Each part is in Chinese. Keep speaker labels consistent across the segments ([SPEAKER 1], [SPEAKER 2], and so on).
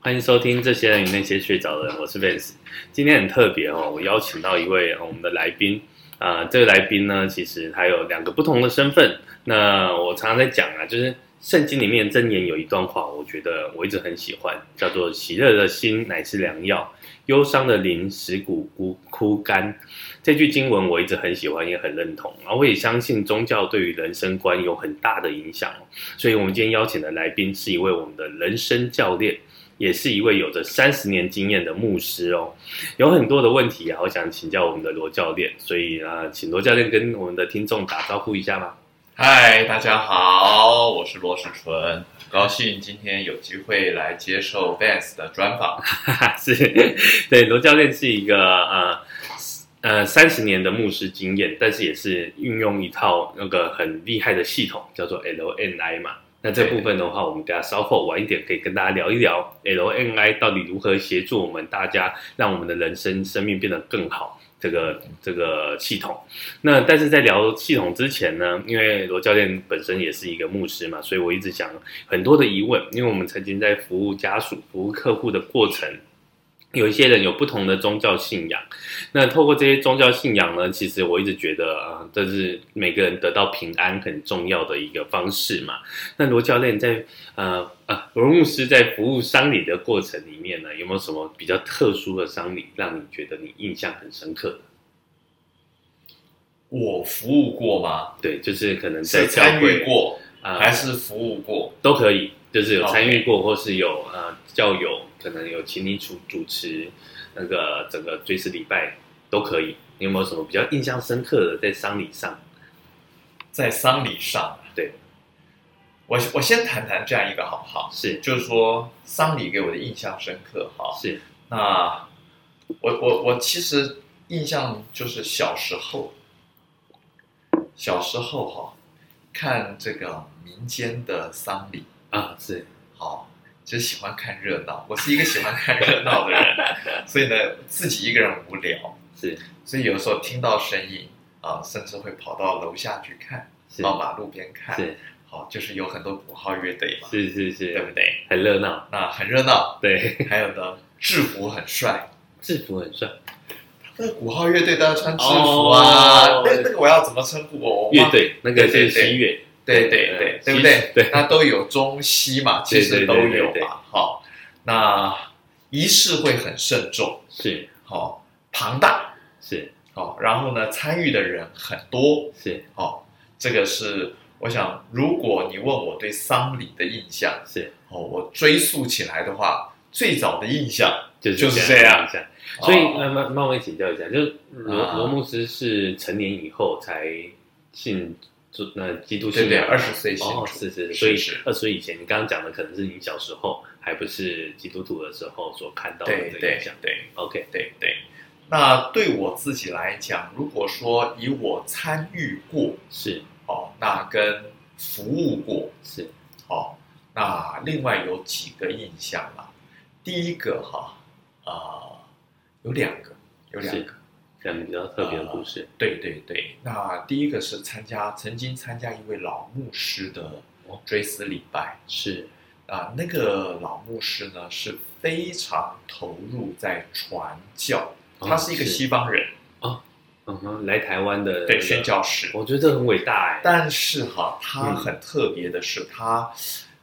[SPEAKER 1] 欢迎收听《这些人与那些睡着的人》，我是 Vance。今天很特别哦，我邀请到一位、哦我们的来宾啊、这个来宾呢，其实他有两个不同的身份。那我常常在讲啊，就是圣经里面箴言有一段话，我觉得我一直很喜欢，叫做“喜乐的心乃是良药，忧伤的灵使骨枯枯干”。这句经文我一直很喜欢，也很认同。然后我也相信宗教对于人生观有很大的影响哦。所以我们今天邀请的来宾是一位我们的人生教练，也是一位有着三十年经验的牧师哦。有很多的问题啊，我想请教我们的罗教练，所以啊，呃请罗教练跟我们的听众打招呼一下吧。
[SPEAKER 2] 嗨，大家好，我是罗世纯，很高兴今天有机会来接受 Vance 的专访。
[SPEAKER 1] 是，对，罗教练是一个呃呃三十年的牧师经验，但是也是运用一套那个很厉害的系统，叫做 LNI 嘛。那这部分的话，我们等一下稍后晚一点可以跟大家聊一聊 LNI 到底如何协助我们大家，让我们的人生生命变得更好。这个这个系统，那但是在聊系统之前呢，因为罗教练本身也是一个牧师嘛，所以我一直想很多的疑问，因为我们曾经在服务家属、服务客户的过程，有一些人有不同的宗教信仰。那透过这些宗教信仰呢，其实我一直觉得啊、呃这是每个人得到平安很重要的一个方式嘛。那罗教练在呃啊，罗牧师在服务丧礼的过程里面呢，有没有什么比较特殊的丧礼让你觉得你印象很深刻的？
[SPEAKER 2] 我服务过吗？
[SPEAKER 1] 对，就是可能在
[SPEAKER 2] 是
[SPEAKER 1] 教
[SPEAKER 2] 参与
[SPEAKER 1] 会
[SPEAKER 2] 过
[SPEAKER 1] 啊、
[SPEAKER 2] 还是服务过？
[SPEAKER 1] 都可以，就是有
[SPEAKER 2] OK
[SPEAKER 1] 参与过，或是有呃教友可能有请你主主持那个整个追思礼拜都可以。你有没有什么比较印象深刻的在丧礼上？
[SPEAKER 2] 在丧礼上，
[SPEAKER 1] 对，
[SPEAKER 2] 我我先谈谈这样一个好不好？
[SPEAKER 1] 是
[SPEAKER 2] 就是说丧礼给我的印象深刻哈。
[SPEAKER 1] 是
[SPEAKER 2] 那我我我其实印象就是小时候，小时候哈，看这个民间的丧礼。
[SPEAKER 1] 啊是
[SPEAKER 2] 好，就喜欢看热闹。我是一个喜欢看热闹的人，所以呢，自己一个人无聊，
[SPEAKER 1] 是
[SPEAKER 2] 所以有时候听到声音啊，甚至会跑到楼下去看，
[SPEAKER 1] 是
[SPEAKER 2] 到马路边看。
[SPEAKER 1] 是
[SPEAKER 2] 好，就是有很多鼓号乐队嘛，
[SPEAKER 1] 是是
[SPEAKER 2] 对不
[SPEAKER 1] 是，
[SPEAKER 2] 对？
[SPEAKER 1] 很热闹。
[SPEAKER 2] 那很 热闹。
[SPEAKER 1] 对，
[SPEAKER 2] 还有呢，制服很帅。
[SPEAKER 1] 制服很帅，
[SPEAKER 2] 那鼓号乐队都要穿制服啊，
[SPEAKER 1] 哦
[SPEAKER 2] 那那个我要怎么称呼我？我忘
[SPEAKER 1] 乐，队那个是
[SPEAKER 2] 对对对
[SPEAKER 1] 西乐，
[SPEAKER 2] 对对对，对不对？
[SPEAKER 1] 对
[SPEAKER 2] 那都有中西嘛，其
[SPEAKER 1] 对对
[SPEAKER 2] 实都
[SPEAKER 1] 对对
[SPEAKER 2] 有
[SPEAKER 1] 对
[SPEAKER 2] 嘛。好，那仪式会很慎重，
[SPEAKER 1] 是
[SPEAKER 2] 好、哦庞大，
[SPEAKER 1] 是
[SPEAKER 2] 好、然后呢，参与的人很多，
[SPEAKER 1] 是
[SPEAKER 2] 好、这个是我想，如果你问我对丧礼的印象，
[SPEAKER 1] 是，
[SPEAKER 2] 哦，我追溯起来的话，最早的印象，
[SPEAKER 1] 就是
[SPEAKER 2] 就是
[SPEAKER 1] 这
[SPEAKER 2] 这
[SPEAKER 1] 样
[SPEAKER 2] 样。
[SPEAKER 1] 所以
[SPEAKER 2] 哦
[SPEAKER 1] 慢慢慢慢请教一下，就是罗
[SPEAKER 2] 啊
[SPEAKER 1] 罗牧师是成年以后才信主，那基督
[SPEAKER 2] 对
[SPEAKER 1] 信
[SPEAKER 2] 对，
[SPEAKER 1] 仰
[SPEAKER 2] 二十岁信
[SPEAKER 1] 哦，
[SPEAKER 2] 主，
[SPEAKER 1] 是是，
[SPEAKER 2] 是
[SPEAKER 1] 所以
[SPEAKER 2] 是
[SPEAKER 1] 二十岁以前，你刚刚讲的可能是你小时候还不是基督徒的时候所看到的
[SPEAKER 2] 对
[SPEAKER 1] 这个
[SPEAKER 2] 对
[SPEAKER 1] 影响。
[SPEAKER 2] 对
[SPEAKER 1] OK，
[SPEAKER 2] 对对。那对我自己来讲，如果说以我参与过，
[SPEAKER 1] 是
[SPEAKER 2] 哦，那跟服务过，
[SPEAKER 1] 是
[SPEAKER 2] 哦，那另外有几个印象啦。第一个哈，呃，有两个，有两个，啊
[SPEAKER 1] 两个比较特别的故事。
[SPEAKER 2] 对对对。那第一个是参加曾经参加一位老牧师的
[SPEAKER 1] 哦
[SPEAKER 2] 追思礼拜
[SPEAKER 1] 是
[SPEAKER 2] 啊，那个老牧师呢是非常投入在传教，
[SPEAKER 1] 哦
[SPEAKER 2] 他是一个
[SPEAKER 1] 是
[SPEAKER 2] 西方人，
[SPEAKER 1] 嗯哼，来台湾的那
[SPEAKER 2] 对
[SPEAKER 1] 个
[SPEAKER 2] 宣，教士，
[SPEAKER 1] 我觉得这很伟大哎。
[SPEAKER 2] 但是哈，他
[SPEAKER 1] 嗯
[SPEAKER 2] 很特别的是，他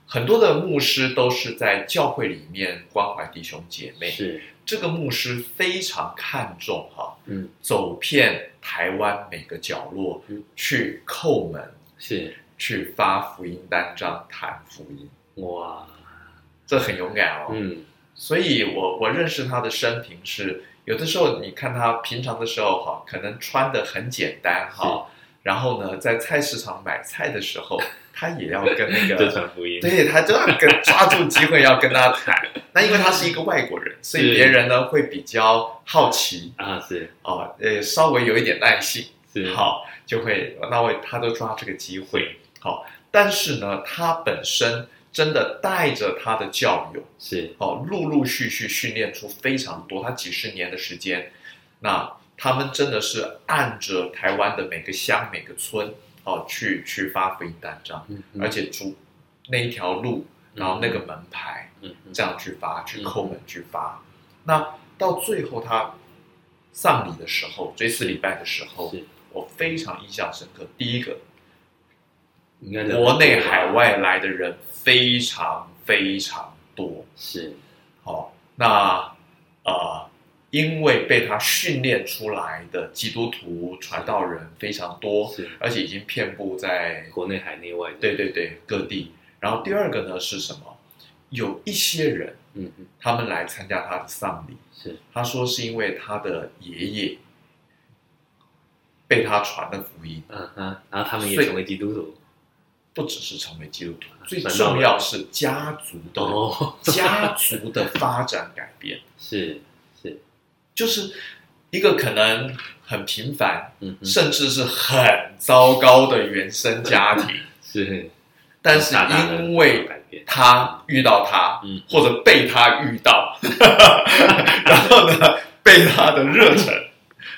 [SPEAKER 2] 很多的牧师都是在教会里面关怀弟兄姐妹。
[SPEAKER 1] 是
[SPEAKER 2] 这个牧师非常看重哈，
[SPEAKER 1] 嗯
[SPEAKER 2] 走遍台湾每个角落
[SPEAKER 1] 嗯，
[SPEAKER 2] 去叩门，
[SPEAKER 1] 是
[SPEAKER 2] 去发福音单张，谈福音，
[SPEAKER 1] 哇
[SPEAKER 2] 这很勇敢哦。
[SPEAKER 1] 嗯
[SPEAKER 2] 所以我我认识他的生平是，有的时候你看他平常的时候哈，可能穿的很简单哈，然后呢，在菜市场买菜的 时候，他也要跟那
[SPEAKER 1] 这
[SPEAKER 2] 个，
[SPEAKER 1] 传福音
[SPEAKER 2] 对他就要跟抓住机会要跟他 谈。那因为他是一个外国人，所
[SPEAKER 1] 是
[SPEAKER 2] 以别人呢会比较好奇
[SPEAKER 1] 啊是
[SPEAKER 2] 啊，呃，稍微有一点耐性，
[SPEAKER 1] 是
[SPEAKER 2] 好，就会那我他都抓这个机会好，但是呢，他本身真的带着他的教友。
[SPEAKER 1] 是
[SPEAKER 2] 哦，陆陆续续训练出非常多，他几十年的时间，那他们真的是按着台湾的每个乡每个村哦去去发福音单张，
[SPEAKER 1] 嗯
[SPEAKER 2] 而且主那一条路然后那个门牌
[SPEAKER 1] 嗯嗯
[SPEAKER 2] 这样去发，去
[SPEAKER 1] 嗯
[SPEAKER 2] 抠门去发。那到最后他丧礼的时候，追思礼拜的时候
[SPEAKER 1] 是，
[SPEAKER 2] 我非常印象深刻。第一个，
[SPEAKER 1] 应该
[SPEAKER 2] 国内海外来的人非常非常多，
[SPEAKER 1] 是
[SPEAKER 2] 哦，那呃，因为被他训练出来的基督徒传道人非常多，
[SPEAKER 1] 是
[SPEAKER 2] 而且已经遍布在
[SPEAKER 1] 国内海内外的
[SPEAKER 2] 对对对各地。然后第二个呢是什么？有一些人
[SPEAKER 1] 嗯嗯
[SPEAKER 2] 他们来参加他的丧礼，
[SPEAKER 1] 是
[SPEAKER 2] 他说是因为他的爷爷被他传的福音，
[SPEAKER 1] 嗯嗯，然后他们也
[SPEAKER 2] 所以
[SPEAKER 1] 成为基督徒
[SPEAKER 2] 不只是成为基督徒，最
[SPEAKER 1] 传道人
[SPEAKER 2] 重要是家族的、
[SPEAKER 1] 哦，
[SPEAKER 2] 家族的发展改变。
[SPEAKER 1] 是是
[SPEAKER 2] 就是一个可能很平凡，
[SPEAKER 1] 嗯嗯
[SPEAKER 2] 甚至是很糟糕的原生家 庭，
[SPEAKER 1] 是，
[SPEAKER 2] 但是
[SPEAKER 1] 大大的
[SPEAKER 2] 因为
[SPEAKER 1] 改变
[SPEAKER 2] 他遇到他，
[SPEAKER 1] 嗯
[SPEAKER 2] 或者被他遇到， 然后呢，被他的热忱，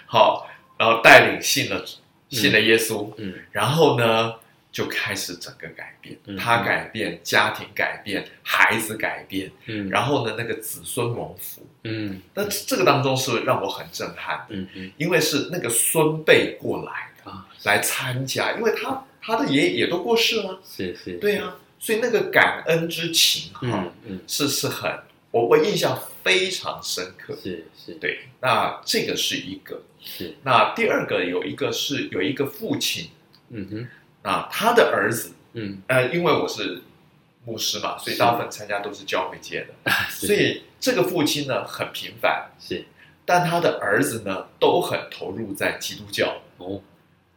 [SPEAKER 2] 好，然后带领信了信了耶稣，
[SPEAKER 1] 嗯
[SPEAKER 2] 然后呢，就开始整个改变，
[SPEAKER 1] 嗯
[SPEAKER 2] 他改变，家庭改变，孩子改变，
[SPEAKER 1] 嗯，后
[SPEAKER 2] 然后呢，那个子孙蒙福。
[SPEAKER 1] 嗯
[SPEAKER 2] 那这个当中是让我很震撼的，
[SPEAKER 1] 嗯嗯
[SPEAKER 2] 因为是那个孙辈过来的
[SPEAKER 1] 啊
[SPEAKER 2] 来参加，因为他他的爷爷也都过世了，
[SPEAKER 1] 是是，
[SPEAKER 2] 对啊，所以那个感恩之情哈、
[SPEAKER 1] 是，嗯嗯
[SPEAKER 2] 是是很我我印象非常深刻。
[SPEAKER 1] 是是
[SPEAKER 2] 对，那这个是一个，
[SPEAKER 1] 是
[SPEAKER 2] 那第二个有一个是有一个父亲
[SPEAKER 1] 嗯哼
[SPEAKER 2] 啊，他的儿子，
[SPEAKER 1] 嗯
[SPEAKER 2] 呃，因为我是牧师嘛，所以大部分参加都是教会界的，
[SPEAKER 1] 啊
[SPEAKER 2] 所以这个父亲呢很平凡，
[SPEAKER 1] 是
[SPEAKER 2] 但他的儿子呢都很投入在基督教。
[SPEAKER 1] 哦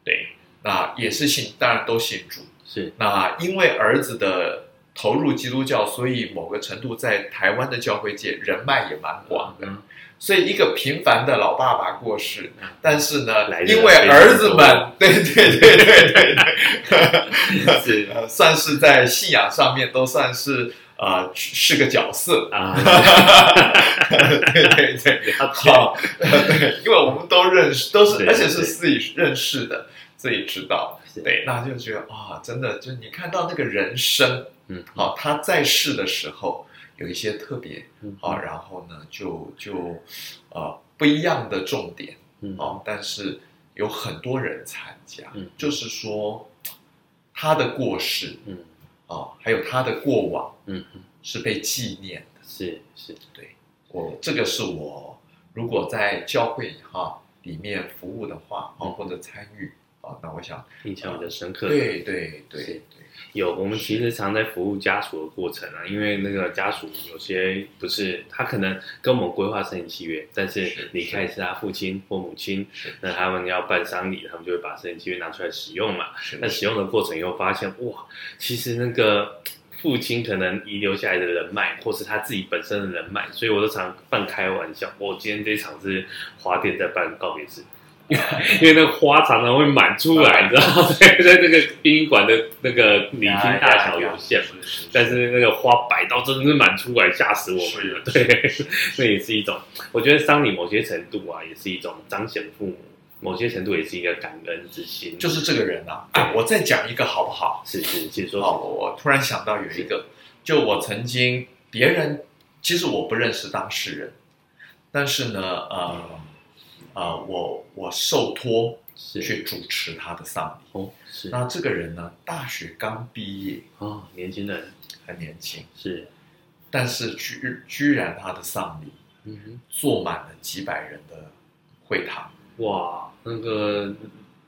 [SPEAKER 2] 对，那也是信，当然都信主。
[SPEAKER 1] 是
[SPEAKER 2] 那因为儿子的投入基督教，所以某个程度在台湾的教会界人脉也蛮广的。
[SPEAKER 1] 嗯
[SPEAKER 2] 所以一个平凡的老爸爸过世
[SPEAKER 1] 嗯，
[SPEAKER 2] 但是呢
[SPEAKER 1] 来，的
[SPEAKER 2] 因为儿子们，对对对对对对，
[SPEAKER 1] 是，
[SPEAKER 2] 呃算是在信仰上面都算是呃是是个角 色
[SPEAKER 1] 啊，
[SPEAKER 2] 对对对。
[SPEAKER 1] 了解
[SPEAKER 2] 好， 对，因为我们都认识，都是
[SPEAKER 1] 对
[SPEAKER 2] 而且是
[SPEAKER 1] 对
[SPEAKER 2] 自己认识的，自己知道。
[SPEAKER 1] 是
[SPEAKER 2] 对，那就觉得啊，真的，就是你看到那个人生，
[SPEAKER 1] 嗯
[SPEAKER 2] 好、他在世的时候有一些特别
[SPEAKER 1] 嗯
[SPEAKER 2] 好、然后呢，就就呃不一样的重点
[SPEAKER 1] 嗯
[SPEAKER 2] 哦，但是有很多人参加，
[SPEAKER 1] 嗯
[SPEAKER 2] 就是说他的过世
[SPEAKER 1] 嗯
[SPEAKER 2] 哦，还有他的过往
[SPEAKER 1] 嗯
[SPEAKER 2] 是被纪念的。
[SPEAKER 1] 是是
[SPEAKER 2] 我这个是我如果在教会哈里面服务的话，哦
[SPEAKER 1] 嗯
[SPEAKER 2] 或者参与啊，那我想
[SPEAKER 1] 印象比较深刻的
[SPEAKER 2] 对对对
[SPEAKER 1] 是
[SPEAKER 2] 对，
[SPEAKER 1] 有，我们其实常在服务家属的过程啊，因为那个家属有些不是他可能跟我们规划生前契约，但是
[SPEAKER 2] 是
[SPEAKER 1] 离开是他父亲或母亲
[SPEAKER 2] 是，
[SPEAKER 1] 那他们要办丧礼，他们就会把生前契约拿出来使用嘛。
[SPEAKER 2] 是
[SPEAKER 1] 那
[SPEAKER 2] 的
[SPEAKER 1] 使用的过程以后发现，哇，其实那个父亲可能遗留下来的人脉，或是他自己本身的人脉，所以我都常半开玩笑，我今天这一场是花店在办告别式。 因为那个花常常会满出来，你知道吗， 在在那个殡仪馆的那个礼厅大小有限嘛，，但是那个花摆到真的是满出来，吓死我们。
[SPEAKER 2] 是的
[SPEAKER 1] 对， 那也是一种，我觉得丧礼某些程度啊，也是一种彰显父母，某些程度也是一个感恩之心。
[SPEAKER 2] 就是这个人啊，哎，我再讲一个好不好？
[SPEAKER 1] 是是，请说。
[SPEAKER 2] 哦，我突然想到有一个，就我曾经别人其实我不认识当事人，但是呢，
[SPEAKER 1] 嗯
[SPEAKER 2] 呃呃，我我受托
[SPEAKER 1] 是
[SPEAKER 2] 去主持他的丧礼。
[SPEAKER 1] 哦，是啊、
[SPEAKER 2] 那这个人呢，大学刚毕业，
[SPEAKER 1] 哦，年轻人
[SPEAKER 2] 很年轻。
[SPEAKER 1] 是，
[SPEAKER 2] 但是居居然他的丧礼
[SPEAKER 1] 嗯
[SPEAKER 2] 坐满了几百人的会堂，
[SPEAKER 1] 哼，哇，那个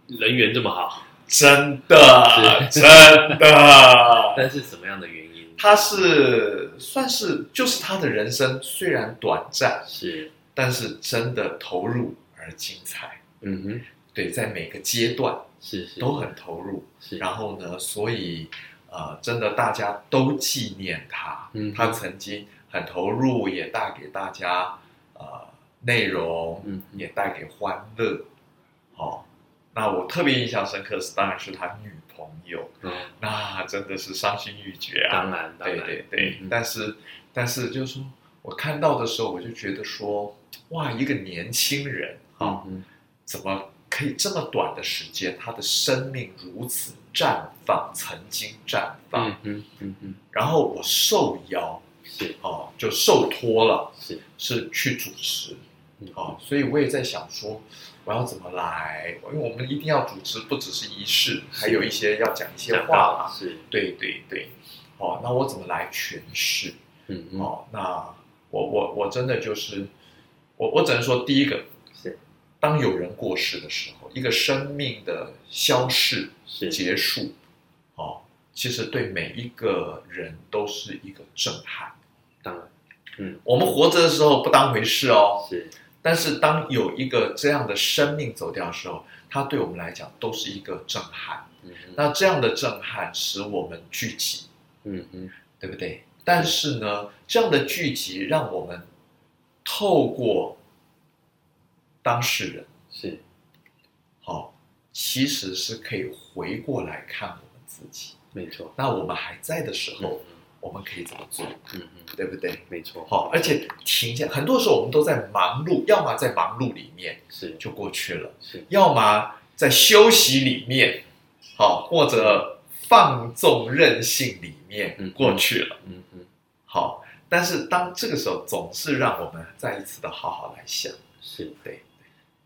[SPEAKER 1] 人缘这么好，
[SPEAKER 2] 真的
[SPEAKER 1] 是
[SPEAKER 2] 真的，
[SPEAKER 1] 但是什么样的原因？
[SPEAKER 2] 他是算是就是他的人生虽然短暂，
[SPEAKER 1] 是，
[SPEAKER 2] 但是真的投入而精彩。
[SPEAKER 1] 嗯哼，
[SPEAKER 2] 对，在每个阶段
[SPEAKER 1] 是是
[SPEAKER 2] 都很投入，
[SPEAKER 1] 是，
[SPEAKER 2] 然后呢，所以呃，真的大家都纪念他，
[SPEAKER 1] 嗯
[SPEAKER 2] 他曾经很投入，也带给大家呃内容，
[SPEAKER 1] 嗯哼
[SPEAKER 2] 也带给欢乐。哦，那我特别印象深刻是，当然是他女朋友，
[SPEAKER 1] 哦，
[SPEAKER 2] 那真的是伤心欲绝啊。
[SPEAKER 1] 当然当
[SPEAKER 2] 对
[SPEAKER 1] 然，
[SPEAKER 2] 对对，
[SPEAKER 1] 嗯哼
[SPEAKER 2] 但是但是就是说我看到的时候，我就觉得说，哇，一个年轻人啊、
[SPEAKER 1] 嗯哼
[SPEAKER 2] 怎么可以这么短的时间，他的生命如此绽放，曾经绽放。
[SPEAKER 1] 嗯嗯嗯嗯，
[SPEAKER 2] 然后我受邀
[SPEAKER 1] 是
[SPEAKER 2] 哦，就受托了，
[SPEAKER 1] 是，
[SPEAKER 2] 是去主持
[SPEAKER 1] 嗯
[SPEAKER 2] 哦，所以我也在想说，我要怎么来？因为我们一定要主持，不只是仪式，还有一些要讲一些
[SPEAKER 1] 讲
[SPEAKER 2] 话
[SPEAKER 1] 到
[SPEAKER 2] 嘛。
[SPEAKER 1] 是，
[SPEAKER 2] 对对对，哦，那我怎么来诠释？
[SPEAKER 1] 嗯嗯
[SPEAKER 2] 哦，那我我我真的就是，我我只能说，第一个
[SPEAKER 1] 是
[SPEAKER 2] 当有人过世的时候，一个生命的消逝、
[SPEAKER 1] 是
[SPEAKER 2] 结束，哦，其实对每一个人都是一个震撼。
[SPEAKER 1] 当然
[SPEAKER 2] 我们活着的时候不当回事哦，
[SPEAKER 1] 是
[SPEAKER 2] 但是当有一个这样的生命走掉的时候，它对我们来讲都是一个震撼。
[SPEAKER 1] 嗯嗯
[SPEAKER 2] 那这样的震撼使我们聚集，
[SPEAKER 1] 嗯嗯
[SPEAKER 2] 对不对？但是呢，这样的聚集让我们透过当事人，
[SPEAKER 1] 是
[SPEAKER 2] 好、其实是可以回过来看我们自己。
[SPEAKER 1] 没错，
[SPEAKER 2] 那我们还在的时
[SPEAKER 1] 嗯
[SPEAKER 2] 候，我们可以怎么做，
[SPEAKER 1] 嗯嗯
[SPEAKER 2] 对不对？
[SPEAKER 1] 没错，
[SPEAKER 2] 好、而且停下，很多时候我们都在忙碌，要么在忙碌里面
[SPEAKER 1] 是
[SPEAKER 2] 就过去了，
[SPEAKER 1] 是
[SPEAKER 2] 要么在休息里面，好、或者放纵任性里面
[SPEAKER 1] 嗯
[SPEAKER 2] 过去了。
[SPEAKER 1] 嗯嗯
[SPEAKER 2] 好，但是当这个时候，总是让我们再一次的好好来想。
[SPEAKER 1] 是
[SPEAKER 2] 对，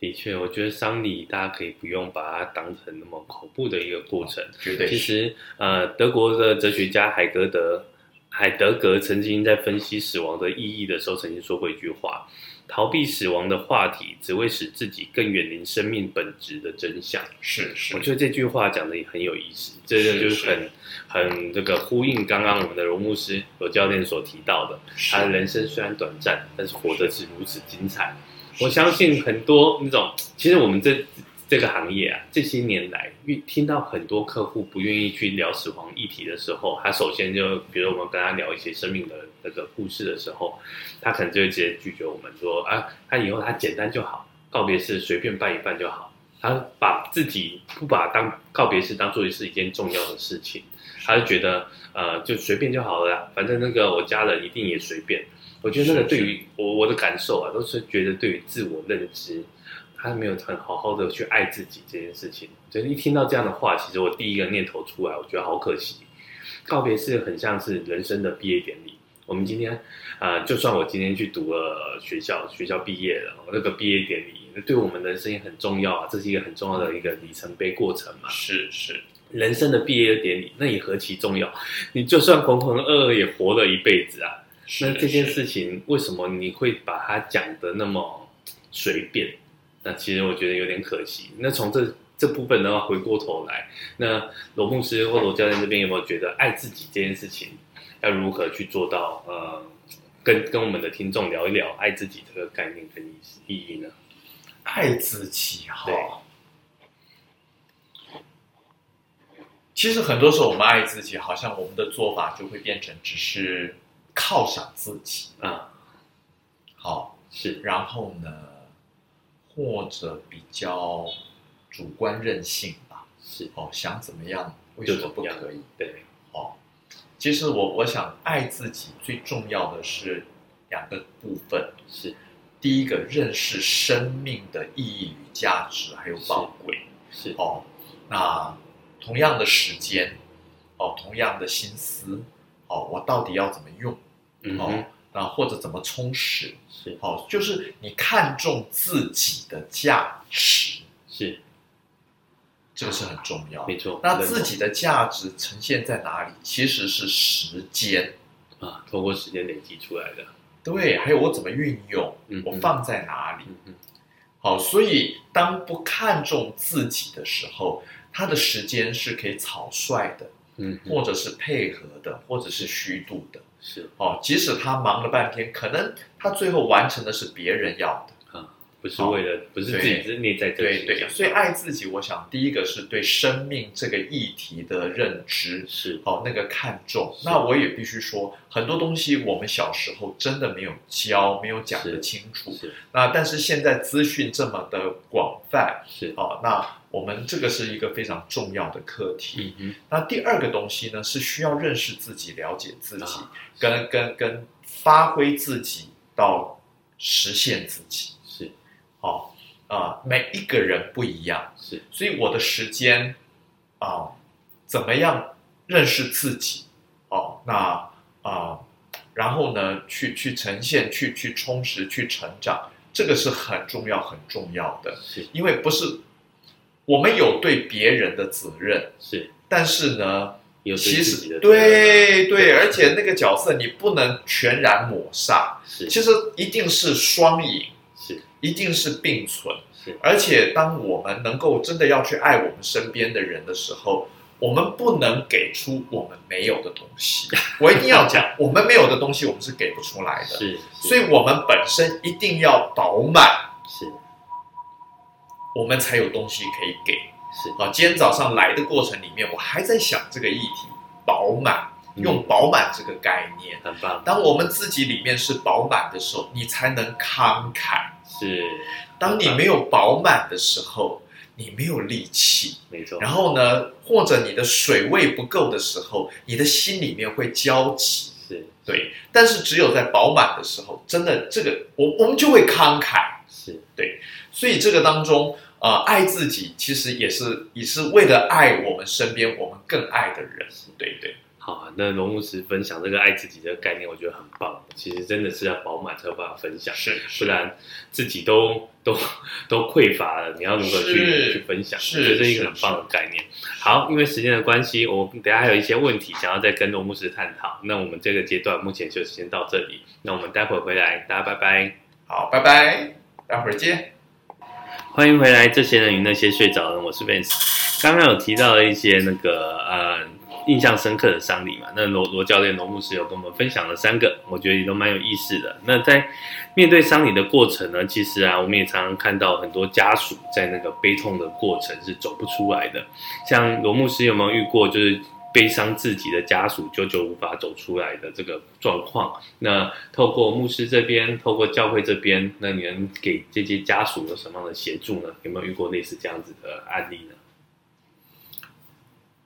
[SPEAKER 1] 的确，我觉得丧礼大家可以不用把它当成那么恐怖的一个过程。
[SPEAKER 2] 绝对
[SPEAKER 1] 其
[SPEAKER 2] 是
[SPEAKER 1] 实，呃，德国的哲学家海格德，海德格曾经在分析死亡的意义的时候，曾经说过一句话：逃避死亡的话题，只会使自己更远离生命本质的真相。
[SPEAKER 2] 是是，
[SPEAKER 1] 我觉得这句话讲的也很有意思，这个
[SPEAKER 2] 是
[SPEAKER 1] 就是
[SPEAKER 2] 是
[SPEAKER 1] 很很这个呼应刚刚我们的荣牧师罗教练所提到的，
[SPEAKER 2] 是
[SPEAKER 1] 他的人生虽然短暂，但是活得是如此精彩。
[SPEAKER 2] 是
[SPEAKER 1] 我相信很多那种，其实我们这这个行业啊，这些年来遇听到很多客户不愿意去聊死亡议题的时候，他首先就，比如我们跟他聊一些生命的那个故事的时候，他可能就会直接拒绝我们说啊，他以后他简单就好，告别式随便办一办就好。他把自己不把当告别式当做是一件重要的事情，他就觉得呃就随便就好了啦，反正那个我家人一定也随便。我觉得那个
[SPEAKER 2] 是
[SPEAKER 1] 对于我我的感受啊，都是觉得对于自我认知，他没有很好好的去爱自己这件事情。就是一听到这样的话，其实我第一个念头出来，我觉得好可惜。告别式很像是人生的毕业典礼。我们今天啊、呃就算我今天去读了学校，学校毕业了，那个毕业典礼那对我们人生也很重要啊，这是一个很重要的一个里程碑过程嘛。
[SPEAKER 2] 是是
[SPEAKER 1] 人生的毕业典礼，那也何其重要！ 你就算浑浑噩噩也活了一辈子啊。
[SPEAKER 2] 是，
[SPEAKER 1] 那这件
[SPEAKER 2] 是
[SPEAKER 1] 事情为什么你会把它讲的那么随便？那其实我觉得有点可惜。那从这这部分的话，回过头来，那罗牧师或罗教练这边有没有觉得爱自己这件事情要如何去做到？呃，跟跟我们的听众聊一聊爱自己这个概念跟意思意义呢？
[SPEAKER 2] 爱自己哈
[SPEAKER 1] 对。
[SPEAKER 2] 其实很多时候我们爱自己，好像我们的做法就会变成只是犒赏自己，
[SPEAKER 1] 啊，
[SPEAKER 2] 好，
[SPEAKER 1] 是
[SPEAKER 2] 然后呢，或者比较主观任性吧，
[SPEAKER 1] 是，
[SPEAKER 2] 哦，想怎么样，为
[SPEAKER 1] 就
[SPEAKER 2] 什么
[SPEAKER 1] 怎
[SPEAKER 2] 不
[SPEAKER 1] 么样
[SPEAKER 2] 可以？
[SPEAKER 1] 对，
[SPEAKER 2] 哦，其实我我想爱自己最重要的是两个部分，
[SPEAKER 1] 是
[SPEAKER 2] 第一个认识生命的意义与价值，还有宝贵
[SPEAKER 1] 是
[SPEAKER 2] 哦。那同样的时间，哦，同样的心思，哦，我到底要怎么用？
[SPEAKER 1] 嗯
[SPEAKER 2] 哦
[SPEAKER 1] 哼，，
[SPEAKER 2] 那或者怎么充实？
[SPEAKER 1] 是
[SPEAKER 2] 哦，就是你看重自己的价值，
[SPEAKER 1] 是
[SPEAKER 2] 这个是很重要的。
[SPEAKER 1] 没错。
[SPEAKER 2] 那自己的价值呈现在哪里？其实是时间。
[SPEAKER 1] 啊，透过时间累积出来的，
[SPEAKER 2] 对，还有我怎么运用，
[SPEAKER 1] 嗯
[SPEAKER 2] 我放在哪里？
[SPEAKER 1] 嗯嗯，
[SPEAKER 2] 好，所以当不看重自己的时候，他的时间是可以草率的，
[SPEAKER 1] 嗯哼，
[SPEAKER 2] 或者是配合的，或者是虚度的。
[SPEAKER 1] 是
[SPEAKER 2] 哦，即使他忙了半天，可能他最后完成的是别人要的。
[SPEAKER 1] 不是为了，不是自己是内在真
[SPEAKER 2] 哦对
[SPEAKER 1] 心
[SPEAKER 2] 对，
[SPEAKER 1] 想
[SPEAKER 2] 所以爱自己，我想第一个是对生命这个议题的认知，
[SPEAKER 1] 是
[SPEAKER 2] 哦，那个看重。
[SPEAKER 1] 是
[SPEAKER 2] 那我也必须说，很多东西我们小时候真的没有教，没有讲得
[SPEAKER 1] 是
[SPEAKER 2] 清楚。
[SPEAKER 1] 是
[SPEAKER 2] 那但是现在资讯这么的广泛
[SPEAKER 1] 是，
[SPEAKER 2] 哦，那我们这个是一个非常重要的课题。
[SPEAKER 1] 嗯哼，
[SPEAKER 2] 那第二个东西呢，是需要认识自己、了解自己，
[SPEAKER 1] 啊
[SPEAKER 2] 跟跟跟发挥自己到实现自己。
[SPEAKER 1] 是
[SPEAKER 2] 哦，啊、每一个人不一样，
[SPEAKER 1] 是
[SPEAKER 2] 所以我的时间啊、怎么样认识自己哦，那啊、然后呢，去去呈现、去去充实、去成长，这个是很重要、很重要的，
[SPEAKER 1] 是
[SPEAKER 2] 因为不是我们有对别人的责任，
[SPEAKER 1] 是，
[SPEAKER 2] 但是呢，
[SPEAKER 1] 有对
[SPEAKER 2] 其
[SPEAKER 1] 自己的
[SPEAKER 2] 实
[SPEAKER 1] 责任啊
[SPEAKER 2] 对对，而且那个角色你不能全然抹杀，
[SPEAKER 1] 是
[SPEAKER 2] 其实一定是双赢，
[SPEAKER 1] 是
[SPEAKER 2] 一定是并存。
[SPEAKER 1] 是
[SPEAKER 2] 而且，当我们能够真的要去爱我们身边的人的时候，我们不能给出我们没有的东 西。我一定要讲，我们没有的东西，我们是给不出来的。
[SPEAKER 1] 是，
[SPEAKER 2] 所以，我们本身一定要饱满，
[SPEAKER 1] 是
[SPEAKER 2] 我们才有东西可以给。
[SPEAKER 1] 是
[SPEAKER 2] 啊，今天早上来的过程里面，我还在想这个议题饱满，
[SPEAKER 1] 嗯
[SPEAKER 2] 用饱满这个概念。
[SPEAKER 1] 很棒，
[SPEAKER 2] 当我们自己里面是饱满的时候，你才能慷慨；
[SPEAKER 1] 是
[SPEAKER 2] 当你没有饱满的时候，你没有力气。
[SPEAKER 1] 没错，
[SPEAKER 2] 然后呢，或者你的水位不够的时候，你的心里面会焦急。
[SPEAKER 1] 是
[SPEAKER 2] 对，但是只有在饱满的时候，真的这个我我们就会慷慨。
[SPEAKER 1] 是
[SPEAKER 2] 所以这个当中，呃，爱自己其实也是也是为了爱我们身边我们更爱的人。对对，
[SPEAKER 1] 好啊，那龙牧师分享这个爱自己的概念，我觉得很棒。其实真的是要饱满才有办法分享，
[SPEAKER 2] 是
[SPEAKER 1] 不然自己都都都匮乏了，你要如何去
[SPEAKER 2] 是
[SPEAKER 1] 去分享？
[SPEAKER 2] 是
[SPEAKER 1] 我觉得这是一个很棒的概念。好，因为时间的关系，我等一下还有一些问题想要再跟龙牧师探讨。那我们这个阶段目前就先到这里，那我们待会儿回来，大家拜拜。
[SPEAKER 2] 好，拜拜，待会儿见。
[SPEAKER 1] 欢迎回来，这些人与那些睡着的人，我是 Vance。刚刚有提到一些那个呃印象深刻的丧礼嘛，那罗罗教练、罗牧师有跟我们分享了三个，我觉得也都蛮有意思的。那在面对丧礼的过程呢，其实啊，我们也常常看到很多家属在那个悲痛的过程是走不出来的。像罗牧师有没有遇过，就是悲伤自己的家属久久无法走出来的这个状况？那透过牧师这边，透过教会这边，那你能给这些家属有什么样的协助呢？有没有遇过类似这样子的案例呢？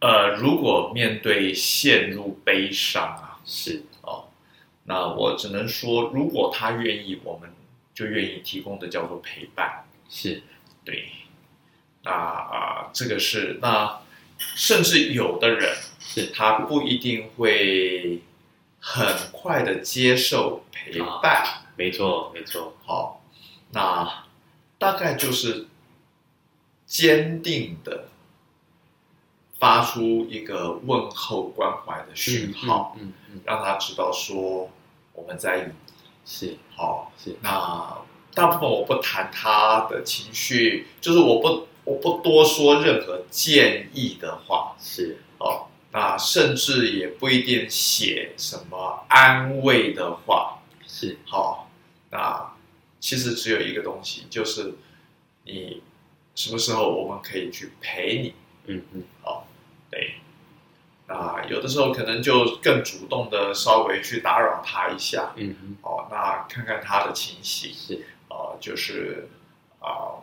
[SPEAKER 2] 呃，如果面对陷入悲伤啊，
[SPEAKER 1] 是
[SPEAKER 2] 哦，那我只能说，如果他愿意，我们就愿意提供的叫做陪伴。
[SPEAKER 1] 是
[SPEAKER 2] 对，那啊、这个是那，甚至有的人
[SPEAKER 1] 是
[SPEAKER 2] 他不一定会很快的接受陪
[SPEAKER 1] 啊
[SPEAKER 2] 伴。
[SPEAKER 1] 没错没错，
[SPEAKER 2] 好、那大概就是坚定的发出一个问候关怀的讯号，
[SPEAKER 1] 嗯嗯
[SPEAKER 2] 让他知道说我们在意你
[SPEAKER 1] 是
[SPEAKER 2] 好，
[SPEAKER 1] 是
[SPEAKER 2] 那大部分我不谈他的情绪，就是我不我不多说任何建议的话
[SPEAKER 1] 是
[SPEAKER 2] 哦。那甚至也不一定写什么安慰的话，
[SPEAKER 1] 是
[SPEAKER 2] 好、那其实只有一个东西，就是你什么时候我们可以去陪你，
[SPEAKER 1] 嗯嗯
[SPEAKER 2] 对。那有的时候可能就更主动的稍微去打扰他一下，
[SPEAKER 1] 嗯嗯
[SPEAKER 2] 哦，那看看他的情形，
[SPEAKER 1] 是
[SPEAKER 2] 呃，就是啊、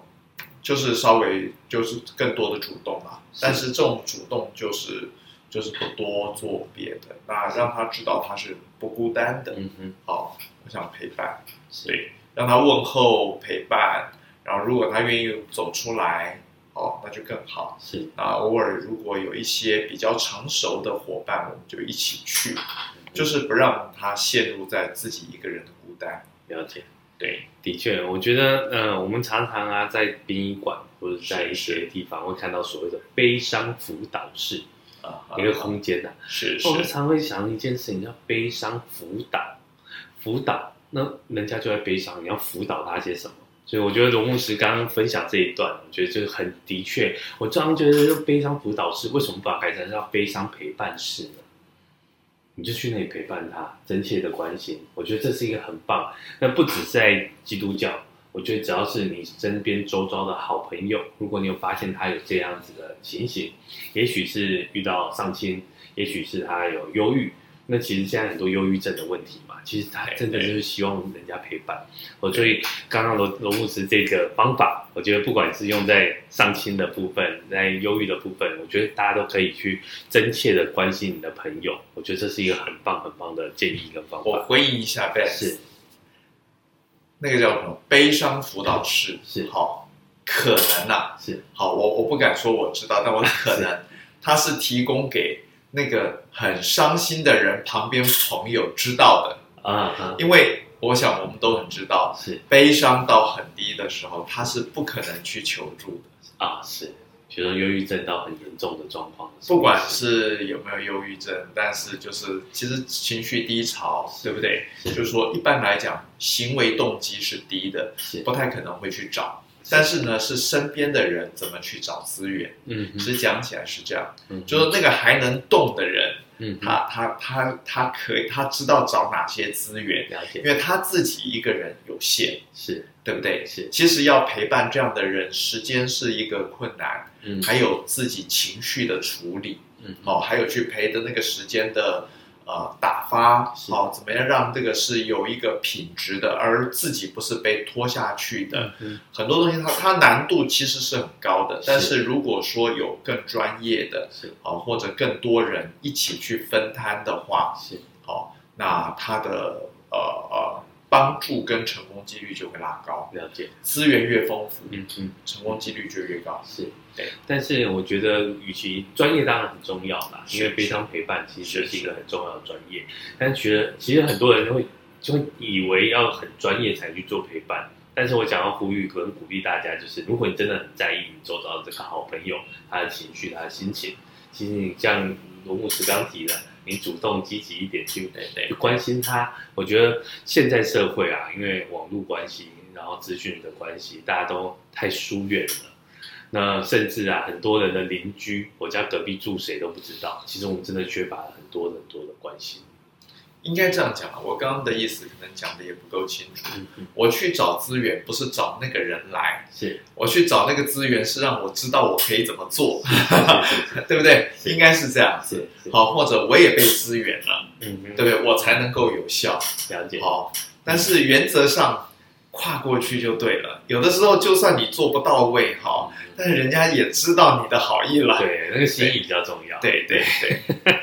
[SPEAKER 2] 就是稍微就是更多的主动啦、
[SPEAKER 1] 是
[SPEAKER 2] 但是这种主动就是就是不多做别的，那让他知道他是不孤单的。
[SPEAKER 1] 嗯嗯
[SPEAKER 2] 好、我想陪伴，
[SPEAKER 1] 是
[SPEAKER 2] 对，让他问候陪伴，然后如果他愿意走出来，哦，那就更好。
[SPEAKER 1] 是
[SPEAKER 2] 那偶尔如果有一些比较成熟的伙伴，我们就一起去，就是不让他陷入在自己一个人的孤单。
[SPEAKER 1] 了解。
[SPEAKER 2] 对，
[SPEAKER 1] 的确，我觉得，呃，我们常常啊，在殡仪馆或者在一
[SPEAKER 2] 是
[SPEAKER 1] 些地方会看到所谓的悲伤辅导室，
[SPEAKER 2] 啊、
[SPEAKER 1] 一个空间呐、
[SPEAKER 2] 是
[SPEAKER 1] 我们
[SPEAKER 2] 是
[SPEAKER 1] 常会想一件事情叫悲伤辅导，辅导，那人家就在悲伤，你要辅导他些什么？所以我觉得龙牧师刚刚分享这一段，我觉得就是很的确，我常常觉得这悲伤辅导室为什么把它改成叫悲伤陪伴室呢？你就去那里陪伴他，真切的关心，我觉得这是一个很棒。那不只是在基督教，我觉得只要是你身边周遭的好朋友，如果你有发现他有这样子的情形，也许是遇到丧亲，也许是他有忧郁。那其实现在很多忧郁症的问题嘛，其实他真的就是希望人家陪伴。我所以刚刚罗罗牧师这个方法，我觉得不管是用在丧亲的部分，在忧郁的部分，我觉得大家都可以去真切的关心你的朋友。我觉得这是一个很棒很棒的建议跟方
[SPEAKER 2] 我
[SPEAKER 1] 法。
[SPEAKER 2] 回应一下 Ben，
[SPEAKER 1] 是
[SPEAKER 2] 那个叫什么悲伤辅导室，
[SPEAKER 1] 是
[SPEAKER 2] 好、可能呐、
[SPEAKER 1] 是
[SPEAKER 2] 好，我我不敢说我知道，但我可能 他是提供给那个很伤心的人旁边朋友知道的，
[SPEAKER 1] 啊啊
[SPEAKER 2] 因为我想我们都很知道，
[SPEAKER 1] 是
[SPEAKER 2] 悲伤到很低的时候，他是不可能去求助的，
[SPEAKER 1] 啊是，比如说忧郁症到很严重的状况的时候，
[SPEAKER 2] 不管是有没有忧郁症，但是就是其实情绪低潮，对不对？
[SPEAKER 1] 是
[SPEAKER 2] 就是说一般来讲，行为动机是低的，
[SPEAKER 1] 是
[SPEAKER 2] 不太可能会去找，但是呢，是身边的人怎么去找资源，
[SPEAKER 1] 嗯哼
[SPEAKER 2] 其实讲起来是这样。
[SPEAKER 1] 嗯哼，
[SPEAKER 2] 就是那个还能动的人，
[SPEAKER 1] 嗯哼
[SPEAKER 2] 他他他他可以，他知道找哪些资源，
[SPEAKER 1] 了
[SPEAKER 2] 因
[SPEAKER 1] 解
[SPEAKER 2] 为他自己一个人有限，
[SPEAKER 1] 是
[SPEAKER 2] 对不对？
[SPEAKER 1] 是
[SPEAKER 2] 其实要陪伴这样的人，时间是一个困难，
[SPEAKER 1] 嗯
[SPEAKER 2] 还有自己情绪的处理，
[SPEAKER 1] 嗯
[SPEAKER 2] 哦，还有去陪的那个时间的呃打发，
[SPEAKER 1] 是
[SPEAKER 2] 哦，怎么样让这个是有一个品质的，而自己不是被拖下去的，
[SPEAKER 1] 嗯
[SPEAKER 2] 很多东西它它难度其实是很高的，
[SPEAKER 1] 是
[SPEAKER 2] 但是如果说有更专业的
[SPEAKER 1] 是
[SPEAKER 2] 哦，或者更多人一起去分摊的话，
[SPEAKER 1] 是
[SPEAKER 2] 哦，那它的呃呃帮助跟成功几率就会拉高，
[SPEAKER 1] 了解
[SPEAKER 2] 资源越丰富，
[SPEAKER 1] 嗯嗯。
[SPEAKER 2] 成功几率就越高。
[SPEAKER 1] 是，
[SPEAKER 2] 对。
[SPEAKER 1] 但是我觉得，与其专业当然很重要啦，
[SPEAKER 2] 是
[SPEAKER 1] 因为悲伤陪伴其实是一个很重要的专业。但觉得其实很多人会就会以为要很专业才去做陪伴，但是我想要呼吁跟鼓励大家，就是如果你真的很在意你周遭的这个好朋友他的情绪、他的心情，其实你像罗牧师刚提的，你主动积极一点去
[SPEAKER 2] 对对
[SPEAKER 1] 去关心他。我觉得现在社会啊，因为网络关系，然后资讯的关系，大家都太疏远了。那甚至啊，很多人的邻居，我家隔壁住谁都不知道。其实我们真的缺乏了很多很多的关心。
[SPEAKER 2] 应该这样讲啊，我刚刚的意思可能讲的也不够清楚。
[SPEAKER 1] 嗯嗯，
[SPEAKER 2] 我去找资源，不是找那个人来，
[SPEAKER 1] 是
[SPEAKER 2] 我去找那个资源是让我知道我可以怎么做，
[SPEAKER 1] 是
[SPEAKER 2] 对不对？
[SPEAKER 1] 是
[SPEAKER 2] 应该是这样子。
[SPEAKER 1] 是是，
[SPEAKER 2] 好，或者我也被支援了，
[SPEAKER 1] 嗯嗯，
[SPEAKER 2] 对不对？我才能够有效。
[SPEAKER 1] 了解，
[SPEAKER 2] 好，但是原则上跨过去就对了。有的时候就算你做不到位，哈，但是人家也知道你的好意了。
[SPEAKER 1] 对，那个心意比较重要。
[SPEAKER 2] 对对对，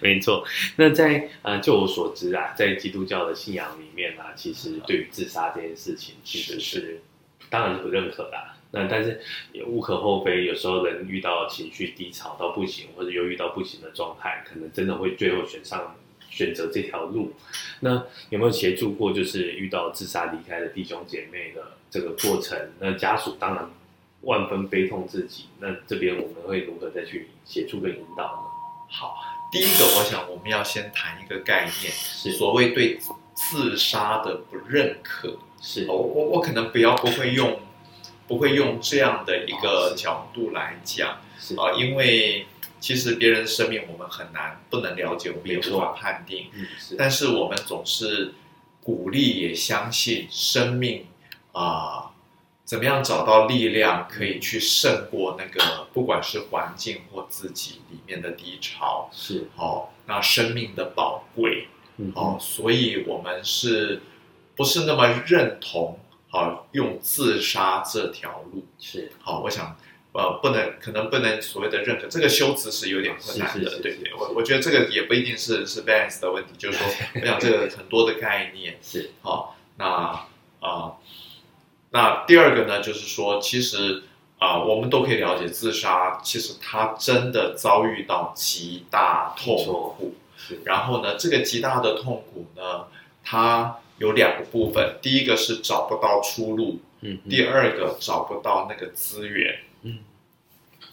[SPEAKER 1] 没错，那在呃，就我所知啊，在基督教的信仰里面啊，其实对于自杀这件事情，其实
[SPEAKER 2] 是
[SPEAKER 1] 是当然不认可啦。那但是也无可厚非，有时候人遇到情绪低潮到不行，或者忧郁到不行的状态，可能真的会最后选上选择这条路。那有没有协助过，就是遇到自杀离开的弟兄姐妹的这个过程？那家属当然万分悲痛自己。那这边我们会如何再去协助跟引导
[SPEAKER 2] 好。第一个，我想我们要先谈一个概念，
[SPEAKER 1] 呢？是
[SPEAKER 2] 所谓对自杀的不认可。
[SPEAKER 1] 是
[SPEAKER 2] 我我我可能不要不会用不会用这样的一
[SPEAKER 1] 哦
[SPEAKER 2] 个
[SPEAKER 1] 是
[SPEAKER 2] 角度来讲。
[SPEAKER 1] 是
[SPEAKER 2] 啊，因为其实别人的生命我们很难不能了解，我们也
[SPEAKER 1] 没
[SPEAKER 2] 无
[SPEAKER 1] 错
[SPEAKER 2] 法判定，
[SPEAKER 1] 嗯是
[SPEAKER 2] 但是我们总是鼓励也相信生命啊、怎么样找到力量可以去胜过那个不管是环境或自己里面的低潮，
[SPEAKER 1] 是
[SPEAKER 2] 哦，那生命的宝贵，
[SPEAKER 1] 嗯
[SPEAKER 2] 哦，所以我们是不是那么认同啊用自杀这条路？
[SPEAKER 1] 是
[SPEAKER 2] 好，我想呃，不能可能不能所谓的认可，这个修辞是有点困难的，
[SPEAKER 1] 是是是
[SPEAKER 2] 对
[SPEAKER 1] 是
[SPEAKER 2] 不对
[SPEAKER 1] 是？
[SPEAKER 2] 我我觉得这个也不一定是是 Vance 的问题，就是说，我想这个很多的概念，
[SPEAKER 1] 是
[SPEAKER 2] 好，那啊、呃那第二个呢，就是说，其实啊、我们都可以了解，自杀其实他真的遭遇到极大痛
[SPEAKER 1] 没错
[SPEAKER 2] 苦，
[SPEAKER 1] 是
[SPEAKER 2] 然后呢，这个极大的痛苦呢，它有两个部分，第一个是找不到出路，
[SPEAKER 1] 嗯
[SPEAKER 2] 第二个找不到那个资源，
[SPEAKER 1] 嗯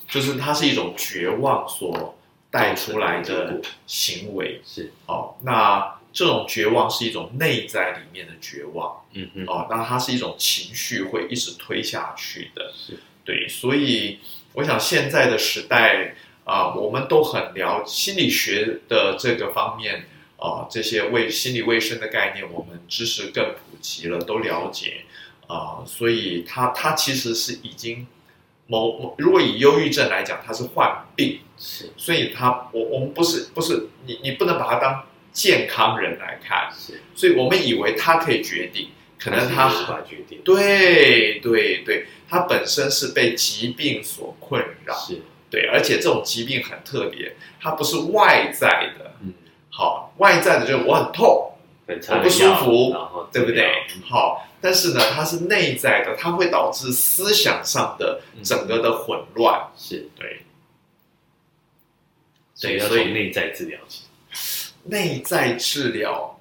[SPEAKER 2] 就是它是一种绝望所带出来的行为。
[SPEAKER 1] 是
[SPEAKER 2] 哦，那这种绝望是一种内在里面的绝望
[SPEAKER 1] 嗯嗯
[SPEAKER 2] 哦，那它是一种情绪会一直推下去的。
[SPEAKER 1] 是
[SPEAKER 2] 对，所以我想现在的时代啊、我们都很聊心理学的这个方面啊、这些卫心理卫生的概念，我们知识更普及了，都了解啊、所以它它其实是已经某某，如果以忧郁症来讲，它是患病，
[SPEAKER 1] 是
[SPEAKER 2] 所以它我我们不是不是你你不能把它当健康人来看，
[SPEAKER 1] 是，
[SPEAKER 2] 所以我们以为它可以决定，可能它
[SPEAKER 1] 他无法决定，
[SPEAKER 2] 对对对，它本身是被疾病所困扰，
[SPEAKER 1] 是
[SPEAKER 2] 对，而且这种疾病很特别，它不是外在的，
[SPEAKER 1] 嗯，
[SPEAKER 2] 好，外在的就是我很痛，
[SPEAKER 1] 很差
[SPEAKER 2] 我不舒服
[SPEAKER 1] 然后
[SPEAKER 2] 对不
[SPEAKER 1] 治疗
[SPEAKER 2] 对？好，但是呢，它是内在的，它会导致思想上的
[SPEAKER 1] 嗯
[SPEAKER 2] 整个的混乱。
[SPEAKER 1] 是
[SPEAKER 2] 对，
[SPEAKER 1] 所以
[SPEAKER 2] 对
[SPEAKER 1] 要
[SPEAKER 2] 所以
[SPEAKER 1] 从内在治疗起。
[SPEAKER 2] 内在治疗，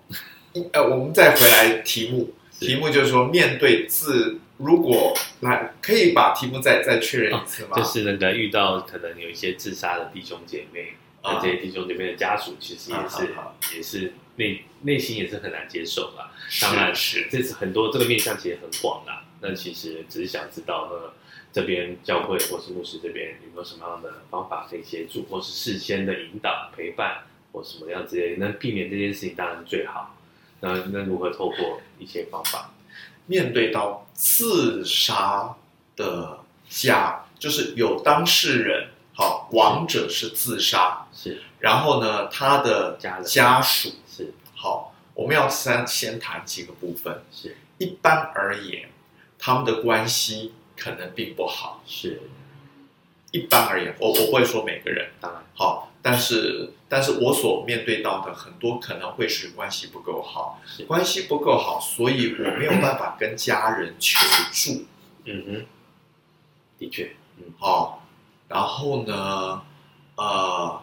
[SPEAKER 2] 一呃，我们再回来题目，
[SPEAKER 1] 是
[SPEAKER 2] 题目就是说面对自，如果来可以把题目再再确认一次吗？
[SPEAKER 1] 就是那个遇到可能有一些自杀的弟兄姐妹，那、
[SPEAKER 2] 啊
[SPEAKER 1] 这些弟兄姐妹的家属，其实也是、
[SPEAKER 2] 啊啊
[SPEAKER 1] 也是内内心也是很难接受啦。
[SPEAKER 2] 是
[SPEAKER 1] 当然
[SPEAKER 2] 是
[SPEAKER 1] 这是很多这个面向其实很广啦。那其实只是想知道呃，这边教会或是牧师这边有没有什么样的方法可以协助，或是事先的引导、陪伴或什么样之类的，能避免这件事情当然最好。那那如何透过一些方法？
[SPEAKER 2] 面对到自杀的家，就是有当事人，好，亡者是自杀，
[SPEAKER 1] 是
[SPEAKER 2] 然后呢，他的
[SPEAKER 1] 家人
[SPEAKER 2] 家属，
[SPEAKER 1] 是
[SPEAKER 2] 好，我们要先先谈几个部分。
[SPEAKER 1] 是
[SPEAKER 2] 一般而言，他们的关系可能并不好。
[SPEAKER 1] 是，
[SPEAKER 2] 一般而言，我我不会说每个人
[SPEAKER 1] 当然
[SPEAKER 2] 好，但是但是我所面对到的很多可能会是关系不够好，
[SPEAKER 1] 是
[SPEAKER 2] 关系不够好，所以我没有办法跟家人求助。
[SPEAKER 1] 嗯哼，的确，嗯
[SPEAKER 2] 好，哦然后呢，呃，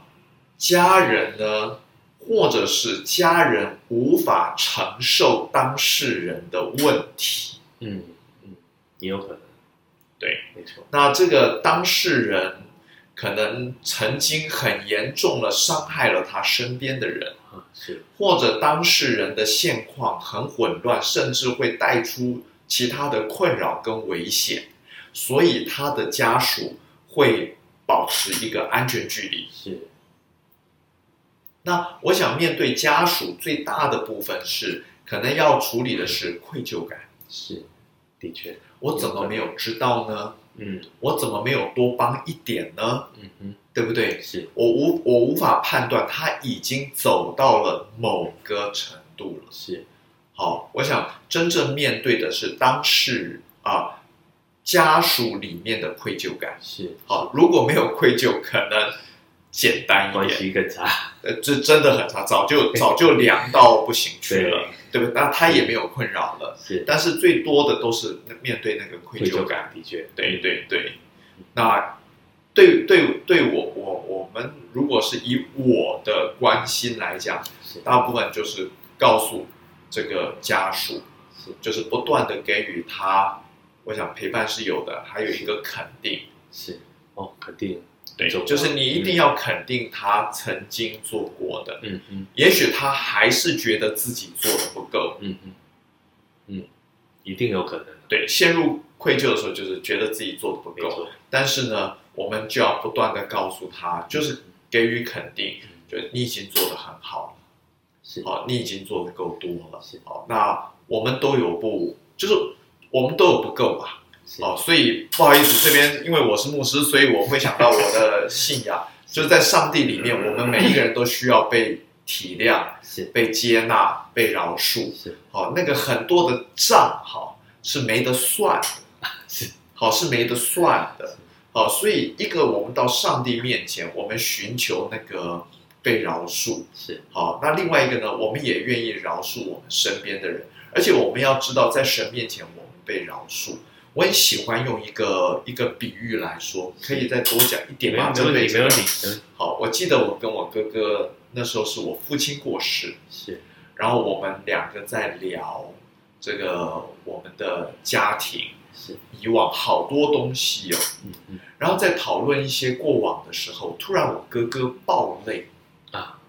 [SPEAKER 2] 家人呢，或者是家人无法承受当事人的问题，
[SPEAKER 1] 嗯嗯，也有可能，
[SPEAKER 2] 对，
[SPEAKER 1] 没错，
[SPEAKER 2] 那这个当事人可能曾经很严重的伤害了他身边的人，
[SPEAKER 1] 啊是
[SPEAKER 2] 或者当事人的现况很混乱，甚至会带出其他的困扰跟危险，所以他的家属会保持一个安全距离。
[SPEAKER 1] 是
[SPEAKER 2] 那我想面对家属最大的部分是，可能要处理的是愧疚感。
[SPEAKER 1] 是，的确，
[SPEAKER 2] 我怎么没有知道呢？
[SPEAKER 1] 嗯
[SPEAKER 2] 我怎么没有多帮一点呢？
[SPEAKER 1] 嗯哼，
[SPEAKER 2] 对不对？
[SPEAKER 1] 是
[SPEAKER 2] 我无我无法判断他已经走到了某个程度了。
[SPEAKER 1] 是
[SPEAKER 2] 好，我想真正面对的是当事啊、家属里面的愧疚感。
[SPEAKER 1] 是，
[SPEAKER 2] 好，如果没有愧疚，可能简单一
[SPEAKER 1] 关
[SPEAKER 2] 点。
[SPEAKER 1] 系更差，
[SPEAKER 2] 呃，这真的很差，早就早就凉到不行去
[SPEAKER 1] 对
[SPEAKER 2] 了，对不对？那他也没有困扰了，
[SPEAKER 1] 是
[SPEAKER 2] 但是最多的都是面对那个愧疚感。，
[SPEAKER 1] 的确，
[SPEAKER 2] 对对对，那对对对我我我们如果是以我的关心来讲，
[SPEAKER 1] 是
[SPEAKER 2] 大部分就是告诉这个家属，
[SPEAKER 1] 是
[SPEAKER 2] 就是不断的给予他，我想陪伴是有的，还有一个肯定，
[SPEAKER 1] 是哦，肯定，
[SPEAKER 2] 对
[SPEAKER 1] 重要
[SPEAKER 2] 就是你一定要肯定他曾经做过的，
[SPEAKER 1] 嗯嗯
[SPEAKER 2] 也许他还是觉得自己做的不够，
[SPEAKER 1] 嗯嗯嗯，一定有可能，
[SPEAKER 2] 对，陷入愧疚的时候就是觉得自己做的不
[SPEAKER 1] 没
[SPEAKER 2] 够，
[SPEAKER 1] 错，
[SPEAKER 2] 但是呢，我们就要不断的告诉他，就是给予肯定，就你已经做得很好
[SPEAKER 1] 是
[SPEAKER 2] 了，哦，你已经做得够多了
[SPEAKER 1] 是，
[SPEAKER 2] 哦，那我们都有不，就是我们都有不够吧，
[SPEAKER 1] 是
[SPEAKER 2] 哦，所以不好意思，这边因为我是牧师，所以我会想到我的信仰，就是在上帝里面，我们每一个人都需要被体谅、
[SPEAKER 1] 是
[SPEAKER 2] 被接纳、被饶恕，
[SPEAKER 1] 是
[SPEAKER 2] 好、那个很多的账哈是没得算的，
[SPEAKER 1] 是
[SPEAKER 2] 好是没得算的，好、所以一个我们到上帝面前，我们寻求那个被饶恕，
[SPEAKER 1] 是
[SPEAKER 2] 好、那另外一个呢，我们也愿意饶恕我们身边的人，而且我们要知道，在神面前我们被饶恕。我很喜欢用一个一个比喻来说，可以再多讲一
[SPEAKER 1] 没
[SPEAKER 2] 点
[SPEAKER 1] 有
[SPEAKER 2] 吗？
[SPEAKER 1] 没问
[SPEAKER 2] 这辈
[SPEAKER 1] 题，
[SPEAKER 2] 子
[SPEAKER 1] 没问题，嗯
[SPEAKER 2] 好，我记得我跟我哥哥那时候是我父亲过世，
[SPEAKER 1] 是
[SPEAKER 2] 然后我们两个在聊这个我们的家庭
[SPEAKER 1] 是，
[SPEAKER 2] 以往好多东西哦，
[SPEAKER 1] 嗯嗯
[SPEAKER 2] 然后在讨论一些过往的时候，突然我哥哥爆泪，
[SPEAKER 1] 啊，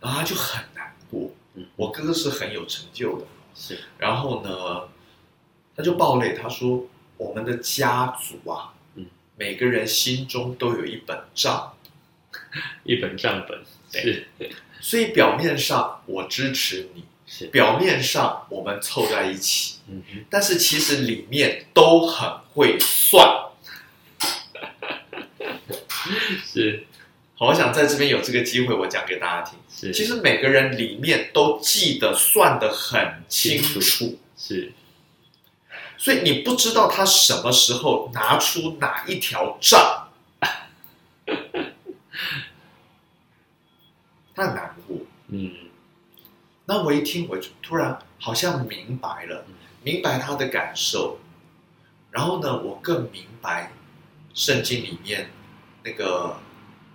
[SPEAKER 2] 然后他就很难过。
[SPEAKER 1] 嗯
[SPEAKER 2] 我哥哥是很有成就的，
[SPEAKER 1] 是
[SPEAKER 2] 然后呢，他就爆泪，他说我们的家族啊，
[SPEAKER 1] 嗯
[SPEAKER 2] 每个人心中都有一本账，
[SPEAKER 1] 一本账本，是
[SPEAKER 2] 所以表面上我支持你，
[SPEAKER 1] 是，
[SPEAKER 2] 表面上我们凑在一起。
[SPEAKER 1] 嗯哼，
[SPEAKER 2] 但是其实里面都很会算。
[SPEAKER 1] 是
[SPEAKER 2] 好，我想在这边有这个机会，我讲给大家听。
[SPEAKER 1] 是，
[SPEAKER 2] 其实每个人里面都记得算得很清楚，
[SPEAKER 1] 是
[SPEAKER 2] 所以你不知道他什么时候拿出哪一条 账，他很难过。
[SPEAKER 1] 嗯
[SPEAKER 2] 那我一听，我就突然好像明白了
[SPEAKER 1] 嗯，
[SPEAKER 2] 明白他的感受。然后呢，我更明白圣经里面那个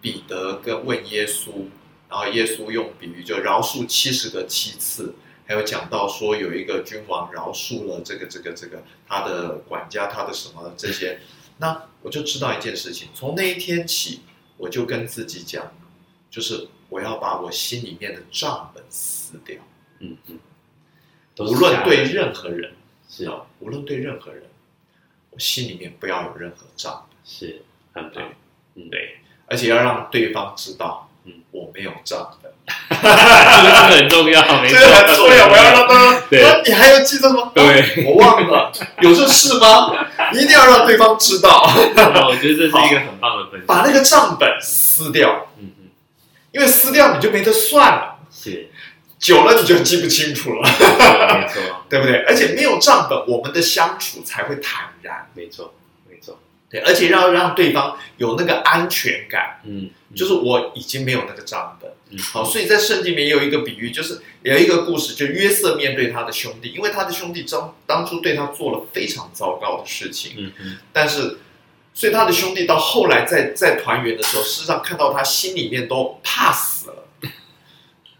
[SPEAKER 2] 彼得跟问耶稣，然后耶稣用比喻就饶恕七十个七次，还有讲到说有一个君王饶恕了这个这个这个他的管家他的什么这些，那我就知道一件事情，从那一天起，我就跟自己讲，就是我要把我心里面的账本撕掉，
[SPEAKER 1] 嗯嗯，都是
[SPEAKER 2] 无论
[SPEAKER 1] 假的
[SPEAKER 2] 对任何人，
[SPEAKER 1] 是
[SPEAKER 2] 啊，无论对任何人，我心里面不要有任何账本，
[SPEAKER 1] 是很
[SPEAKER 2] 对
[SPEAKER 1] 棒，嗯，
[SPEAKER 2] 对而且要让对方知道，
[SPEAKER 1] 嗯，
[SPEAKER 2] 我没有账 本，
[SPEAKER 1] 这个很重要，没
[SPEAKER 2] 这
[SPEAKER 1] 错，
[SPEAKER 2] 个很重啊要，我要让他，
[SPEAKER 1] 对
[SPEAKER 2] 说你还要记得 吗？
[SPEAKER 1] 对，
[SPEAKER 2] 我忘了，有这事吗？你一定要让对方知道，
[SPEAKER 1] 我觉得这是一个很棒的分
[SPEAKER 2] 把
[SPEAKER 1] 享，
[SPEAKER 2] 那个账本撕掉，
[SPEAKER 1] 嗯嗯，
[SPEAKER 2] 因为撕掉你就没得算了，
[SPEAKER 1] 是，
[SPEAKER 2] 久了你就记不清楚了，
[SPEAKER 1] 没错没错，
[SPEAKER 2] 对不对？而且没有账本，我们的相处才会坦然，
[SPEAKER 1] 没错没错，
[SPEAKER 2] 对，而且要让对方有那个安全感，
[SPEAKER 1] 嗯，
[SPEAKER 2] 就是我已经没有那个账本。
[SPEAKER 1] 嗯
[SPEAKER 2] 好，所以在圣经里面也有一个比喻，就是有一个故事，就约瑟面对他的兄弟，因为他的兄弟当当初对他做了非常糟糕的事情，
[SPEAKER 1] 嗯嗯
[SPEAKER 2] 但是，所以他的兄弟到后来在在团圆的时候，事实上看到他心里面都怕死了。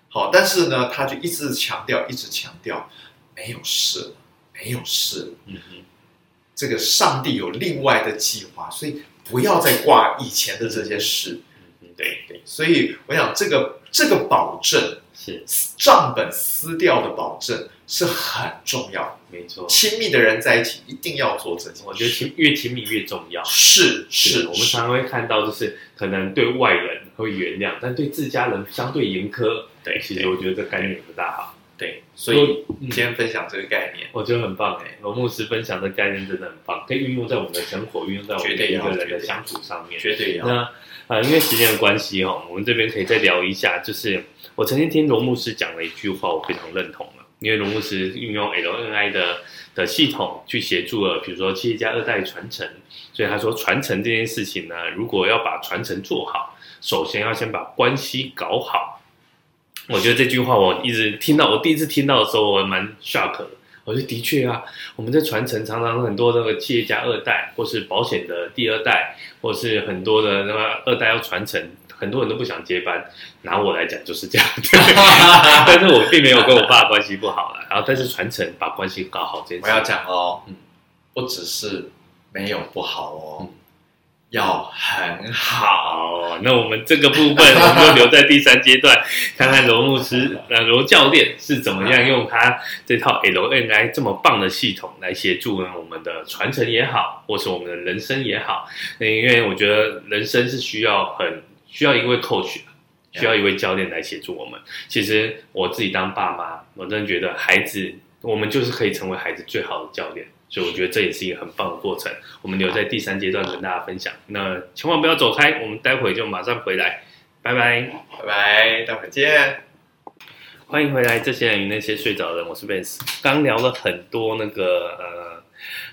[SPEAKER 2] 好，但是呢，他就一直强调，一直强调，没有事了，没有事了。
[SPEAKER 1] 嗯嗯，
[SPEAKER 2] 这个上帝有另外的计划，所以不要再挂以前的这些事。
[SPEAKER 1] 嗯嗯
[SPEAKER 2] 对对，所以我想这个这个保证，
[SPEAKER 1] 是
[SPEAKER 2] 账本撕掉的保证是很重要的。
[SPEAKER 1] 没错，
[SPEAKER 2] 亲密的人在一起一定要做这件事。
[SPEAKER 1] 我觉得亲越亲密越重要。
[SPEAKER 2] 是
[SPEAKER 1] 是
[SPEAKER 2] 是，
[SPEAKER 1] 我们
[SPEAKER 2] 是
[SPEAKER 1] 常常会看到，就是可能对外人会原谅，但对自家人相对严苛。
[SPEAKER 2] 对
[SPEAKER 1] 其实我觉得这概念不大好，
[SPEAKER 2] 对，所以
[SPEAKER 1] 嗯
[SPEAKER 2] 今天分享这个概念，
[SPEAKER 1] 我觉得很棒哎，罗牧师分享的概念真的很棒，可以运用在我们的生活，运用在我们
[SPEAKER 2] 绝
[SPEAKER 1] 每
[SPEAKER 2] 对
[SPEAKER 1] 一
[SPEAKER 2] 要
[SPEAKER 1] 个人
[SPEAKER 2] 绝
[SPEAKER 1] 的
[SPEAKER 2] 对
[SPEAKER 1] 相处上面。
[SPEAKER 2] 绝对要
[SPEAKER 1] 那呃，因为时间的关系哦，我们这边可以再聊一下，就是我曾经听罗牧师讲了一句话，我非常认同了。因为罗牧师运用 LNI 的的系统去协助了，比如说企业家二代传承，所以他说传承这件事情呢，如果要把传承做好，首先要先把关系搞好。我觉得这句话我一直听到，我第一次听到的时候，我蛮 shock 的。我觉得的确啊，我们在传承常常很多那个企业家二代，或是保险的第二代，或是很多的那么二代要传承，很多人都不想接班。拿我来讲就是这样， 但是我并没有跟我爸关系不好啦。然后，但是传承把关系搞好这件
[SPEAKER 2] 我
[SPEAKER 1] 事
[SPEAKER 2] 要
[SPEAKER 1] 情，
[SPEAKER 2] 讲哦
[SPEAKER 1] 嗯，
[SPEAKER 2] 不只是没有不好哦
[SPEAKER 1] 嗯，
[SPEAKER 2] 要很好。
[SPEAKER 1] 哦，那我们这个部分我们就留在第三阶段， 看看罗牧师、呃罗教练是怎么样用他这套 LNI 这么棒的系统来协助呢我们的传承也好，或是我们的人生也好。那因为我觉得人生是需要很需要一位 coach，需要一位教练来协助我们。其实我自己当爸妈，我真的觉得孩子，我们就是可以成为孩子最好的教练。所以我觉得这也是一个很棒的过程，我们留在第三阶段跟大家分享。那千万不要走开，我们待会就马上回来，拜拜！
[SPEAKER 2] 拜拜，待会见。
[SPEAKER 1] 欢迎回来，这些人与那些睡着的人，我是 Vance。刚聊了很多那个呃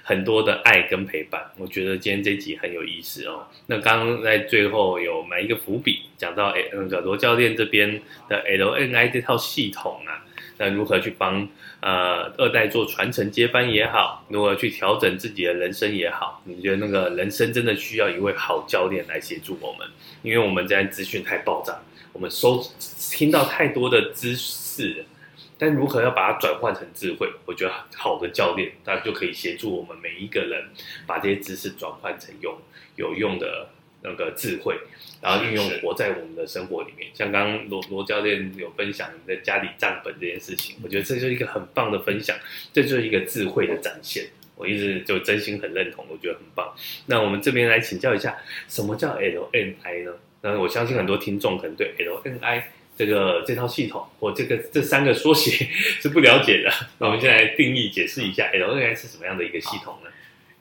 [SPEAKER 1] 很多的爱跟陪伴，我觉得今天这集很有意思哦。那刚刚在最后有埋一个伏笔，讲到诶那个罗教练这边的 LNI 这套系统啊，那如何去帮呃二代做传承接班也好，如何去调整自己的人生也好，你觉得那个人生真的需要一位好教练来协助我们，因为我们现在资讯太爆炸。我们收听到太多的知识了，但如何要把它转换成智慧？我觉得好的教练，他就可以协助我们每一个人把这些知识转换成有有用的那个智慧，然后运用
[SPEAKER 2] 是
[SPEAKER 1] 活在我们的生活里面。像刚刚罗罗教练有分享你在家里账本这件事情，我觉得这就是一个很棒的分享，这就是一个智慧的展现。我一直就真心很认同，我觉得很棒。那我们这边来请教一下，什么叫 LNI 呢？那我相信很多听众可能对 LNI 这个这套系统或这个这三个缩写 是不了解的。 那我们先来定义解释一下 LNI 是什么样的一个系统呢？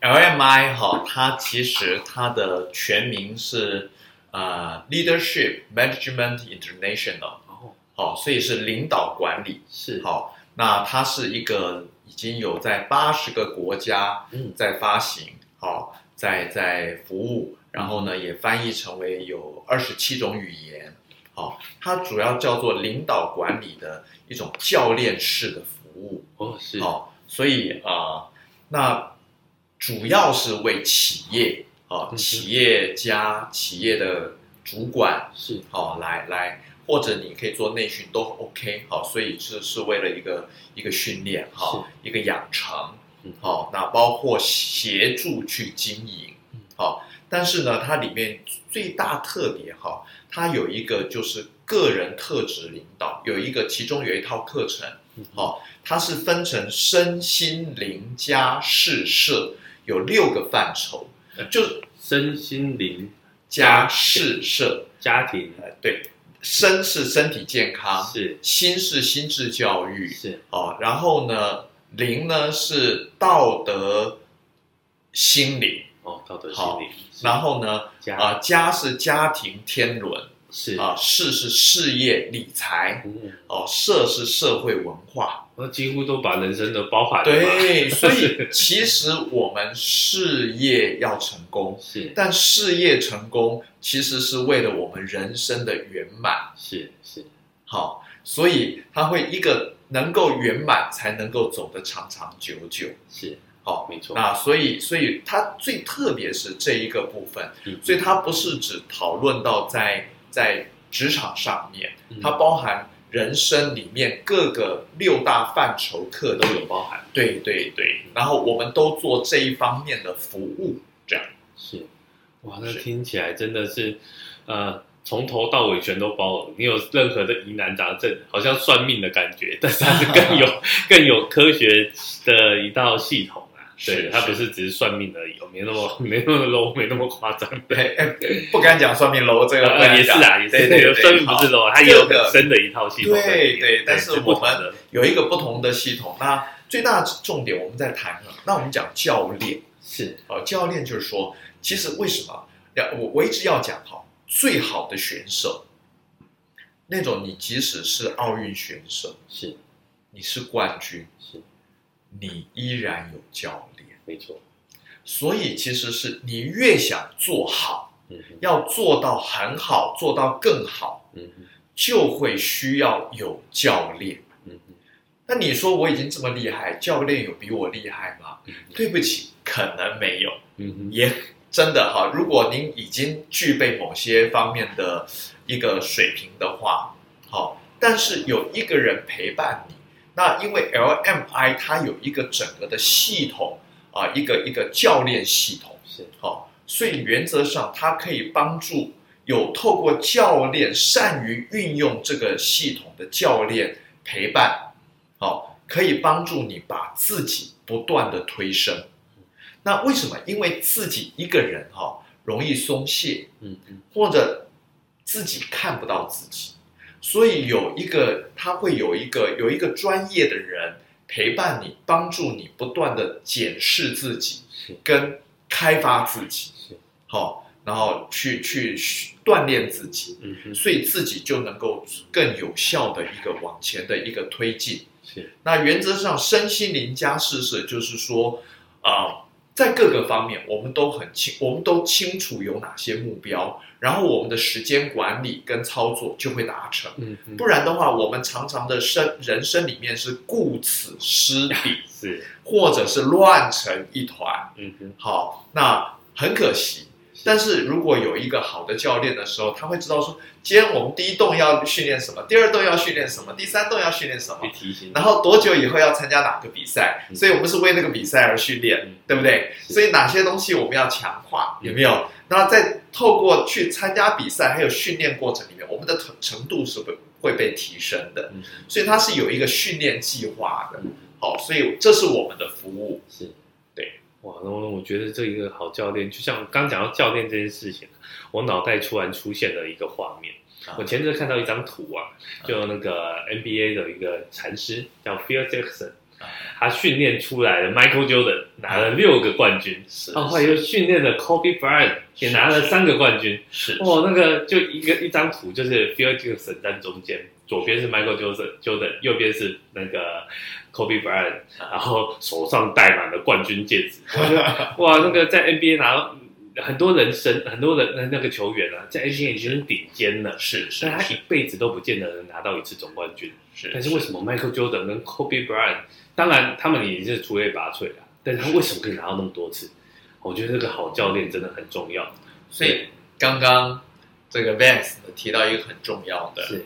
[SPEAKER 2] LMI 哈，它其实它的全名是呃 Leadership Management International
[SPEAKER 1] 哦，
[SPEAKER 2] 哦，所以是领导管理。
[SPEAKER 1] 是，
[SPEAKER 2] 好，那它是一个已经有在八十个国家
[SPEAKER 1] 嗯
[SPEAKER 2] 在发行，好、在在服务，然后呢也翻译成为有二十七种语言，好，它主要叫做领导管理的一种教练式的服务。
[SPEAKER 1] 哦，是，
[SPEAKER 2] 好，所以啊、呃那主要是为企业
[SPEAKER 1] 嗯
[SPEAKER 2] 啊、
[SPEAKER 1] 哼
[SPEAKER 2] 企业家、企业的主管
[SPEAKER 1] 是，
[SPEAKER 2] 好、来来，或者你可以做内训都 OK 好、所以这是为了一个一个训练哈、一个养成
[SPEAKER 1] 嗯
[SPEAKER 2] 好、那包括协助去经营
[SPEAKER 1] 嗯
[SPEAKER 2] 好、但是呢，它里面最大特别哈、它有一个就是个人特质领导，有一个其中有一套课程。
[SPEAKER 1] 嗯
[SPEAKER 2] 好它是分成身心灵加事社有六个范畴，就是
[SPEAKER 1] 身心灵、
[SPEAKER 2] 加事社，
[SPEAKER 1] 家庭
[SPEAKER 2] 呃，对，身是身体健康，
[SPEAKER 1] 是
[SPEAKER 2] 心是心智教育，
[SPEAKER 1] 是
[SPEAKER 2] 哦，然后呢，灵呢是道德心灵，
[SPEAKER 1] 哦，道德心
[SPEAKER 2] 好
[SPEAKER 1] 灵，是
[SPEAKER 2] 然后呢，
[SPEAKER 1] 家、
[SPEAKER 2] 啊、家是家庭天伦，
[SPEAKER 1] 是
[SPEAKER 2] 啊、事是事业理财，
[SPEAKER 1] 嗯，
[SPEAKER 2] 哦，社是社会文化，
[SPEAKER 1] 那几乎都把人生都包含了嘛，
[SPEAKER 2] 对，所以其实我们事业要成功，
[SPEAKER 1] 是
[SPEAKER 2] 但事业成功其实是为了我们人生的圆满。
[SPEAKER 1] 是是，
[SPEAKER 2] 好，所以它会一个能够圆满，才能够走得长长久久。
[SPEAKER 1] 是，
[SPEAKER 2] 好，
[SPEAKER 1] 没错。
[SPEAKER 2] 那所以，所以它最特别是这一个部分，
[SPEAKER 1] 嗯
[SPEAKER 2] 所以它不是只讨论到在在职场上面，
[SPEAKER 1] 嗯
[SPEAKER 2] 它包含人生里面各个六大范畴课
[SPEAKER 1] 都
[SPEAKER 2] 题
[SPEAKER 1] 有。包含，
[SPEAKER 2] 对对对，然后我们都做这一方面的服务，这样
[SPEAKER 1] 是，哇，那
[SPEAKER 2] 是
[SPEAKER 1] 听起来真的是，呃，从头到尾全都包了。你有任何的疑难杂症，好像算命的感觉， 但是它是更有 更有科学的一道系统啊。对，
[SPEAKER 2] 是
[SPEAKER 1] 它不是只是算命而已，没那么 没那么 low，没那么夸张。
[SPEAKER 2] 对，哎 不敢讲算命喽，这个不
[SPEAKER 1] 呃，
[SPEAKER 2] 敢
[SPEAKER 1] 也是
[SPEAKER 2] 讲
[SPEAKER 1] 啊，也是
[SPEAKER 2] 对对对
[SPEAKER 1] 算命不是 low，它也有
[SPEAKER 2] 这个
[SPEAKER 1] 很深的一套系统在里面。
[SPEAKER 2] 对对但是
[SPEAKER 1] 就不
[SPEAKER 2] 我
[SPEAKER 1] 同
[SPEAKER 2] 们
[SPEAKER 1] 的
[SPEAKER 2] 有一个不同的系统。那最大的重点我们在谈了，那我们讲教练，
[SPEAKER 1] 是
[SPEAKER 2] 呃，教练就是说，其实为什么要我我一直要讲哈，最好的选手，那种你即使是奥运选手，
[SPEAKER 1] 是
[SPEAKER 2] 你是冠军，
[SPEAKER 1] 是，
[SPEAKER 2] 你依然有教练，
[SPEAKER 1] 没错。
[SPEAKER 2] 所以其实是你越想做好。
[SPEAKER 1] 嗯哼
[SPEAKER 2] 要做到很好，做到更好，
[SPEAKER 1] 嗯哼
[SPEAKER 2] 就会需要有教练。
[SPEAKER 1] 嗯哼
[SPEAKER 2] 那你说我已经这么厉害，教练有比我厉害吗？
[SPEAKER 1] 嗯哼
[SPEAKER 2] 对不起，可能没有，
[SPEAKER 1] 嗯哼
[SPEAKER 2] 也真的哈。如果您已经具备某些方面的一个水平的话，好，但是有一个人陪伴你，那因为 LMI 它有一个整个的系统啊、一个一个教练系统。
[SPEAKER 1] 是
[SPEAKER 2] 好、所以原则上它可以帮助有透过教练善于运用这个系统的教练陪伴，好、可以帮助你把自己不断的推升。那为什么？因为自己一个人哈、容易松懈，
[SPEAKER 1] 嗯嗯
[SPEAKER 2] 或者自己看不到自己，所以有一个他会有一个有一个专业的人陪伴你，帮助你不断的检视自己，
[SPEAKER 1] 是
[SPEAKER 2] 跟开发自己
[SPEAKER 1] 是，
[SPEAKER 2] 好、然后去去锻炼自己，
[SPEAKER 1] 嗯哼
[SPEAKER 2] 所以自己就能够更有效的一个往前的一个推进。
[SPEAKER 1] 是
[SPEAKER 2] 那原则上，身心灵加事实就是说，啊、在各个方面我们都很清，我们都清楚有哪些目标，然后我们的时间管理跟操作就会达成。
[SPEAKER 1] 嗯哼
[SPEAKER 2] 不然的话，我们常常的生人生里面是顾此失 彼，
[SPEAKER 1] 是
[SPEAKER 2] 或者是乱成一团。
[SPEAKER 1] 嗯哼
[SPEAKER 2] 好，那很可惜。但是如果有一个好的教练的时候，他会知道说，今天我们第一栋要训练什么，第二栋要训练什么，第三栋要训练什么
[SPEAKER 1] 去，提醒你
[SPEAKER 2] 然后多久以后要参加哪个比赛，
[SPEAKER 1] 嗯
[SPEAKER 2] 所以我们是为那个比赛而训练，
[SPEAKER 1] 嗯
[SPEAKER 2] 对不对？
[SPEAKER 1] 是
[SPEAKER 2] 所以哪些东西我们要强化，
[SPEAKER 1] 嗯
[SPEAKER 2] 有没有？那再透过去参加比赛还有训练过程里面，我们的程程度是会会被提升的，
[SPEAKER 1] 嗯
[SPEAKER 2] 所以它是有一个训练计划的。
[SPEAKER 1] 嗯
[SPEAKER 2] 好，所以这是我们的服务。
[SPEAKER 1] 是，
[SPEAKER 2] 对，
[SPEAKER 1] 哇，那我我觉得这一个好教练，就像刚讲到教练这件事情，啊我脑袋突然出现了一个画面。
[SPEAKER 2] 啊
[SPEAKER 1] 我前阵子看到一张图啊，就那个 NBA 的一个禅师叫 Phil Jackson，
[SPEAKER 2] 啊
[SPEAKER 1] 他训练出来的 Michael Jordan 拿了六个冠军，
[SPEAKER 2] 是
[SPEAKER 1] 啊然后后来又训练了 Kobe Bryant 也拿了三个冠军。
[SPEAKER 2] 是
[SPEAKER 1] 哦，那个就一个一张图，就是 Phil Jackson 站中间，左边是 Michael Jordan Jordan，右边是那个 Kobe Bryant，
[SPEAKER 2] 啊
[SPEAKER 1] 然后手上戴满了冠军戒指。我就哇，那个在 NBA 拿很多人生很多人那个球员啊，在 NBA 已经是顶尖了，
[SPEAKER 2] 是是
[SPEAKER 1] 但他一辈子都不见得能拿到一次总冠军。
[SPEAKER 2] 是
[SPEAKER 1] 但是为什么 Michael Jordan 跟 Kobe Bryant，当然他们也是出类拔萃啦，但是他为什么可以拿到那么多次？我觉得这个好教练真的很重要。
[SPEAKER 2] 所以刚刚这个 Vance 提到一个很重要的，
[SPEAKER 1] 是，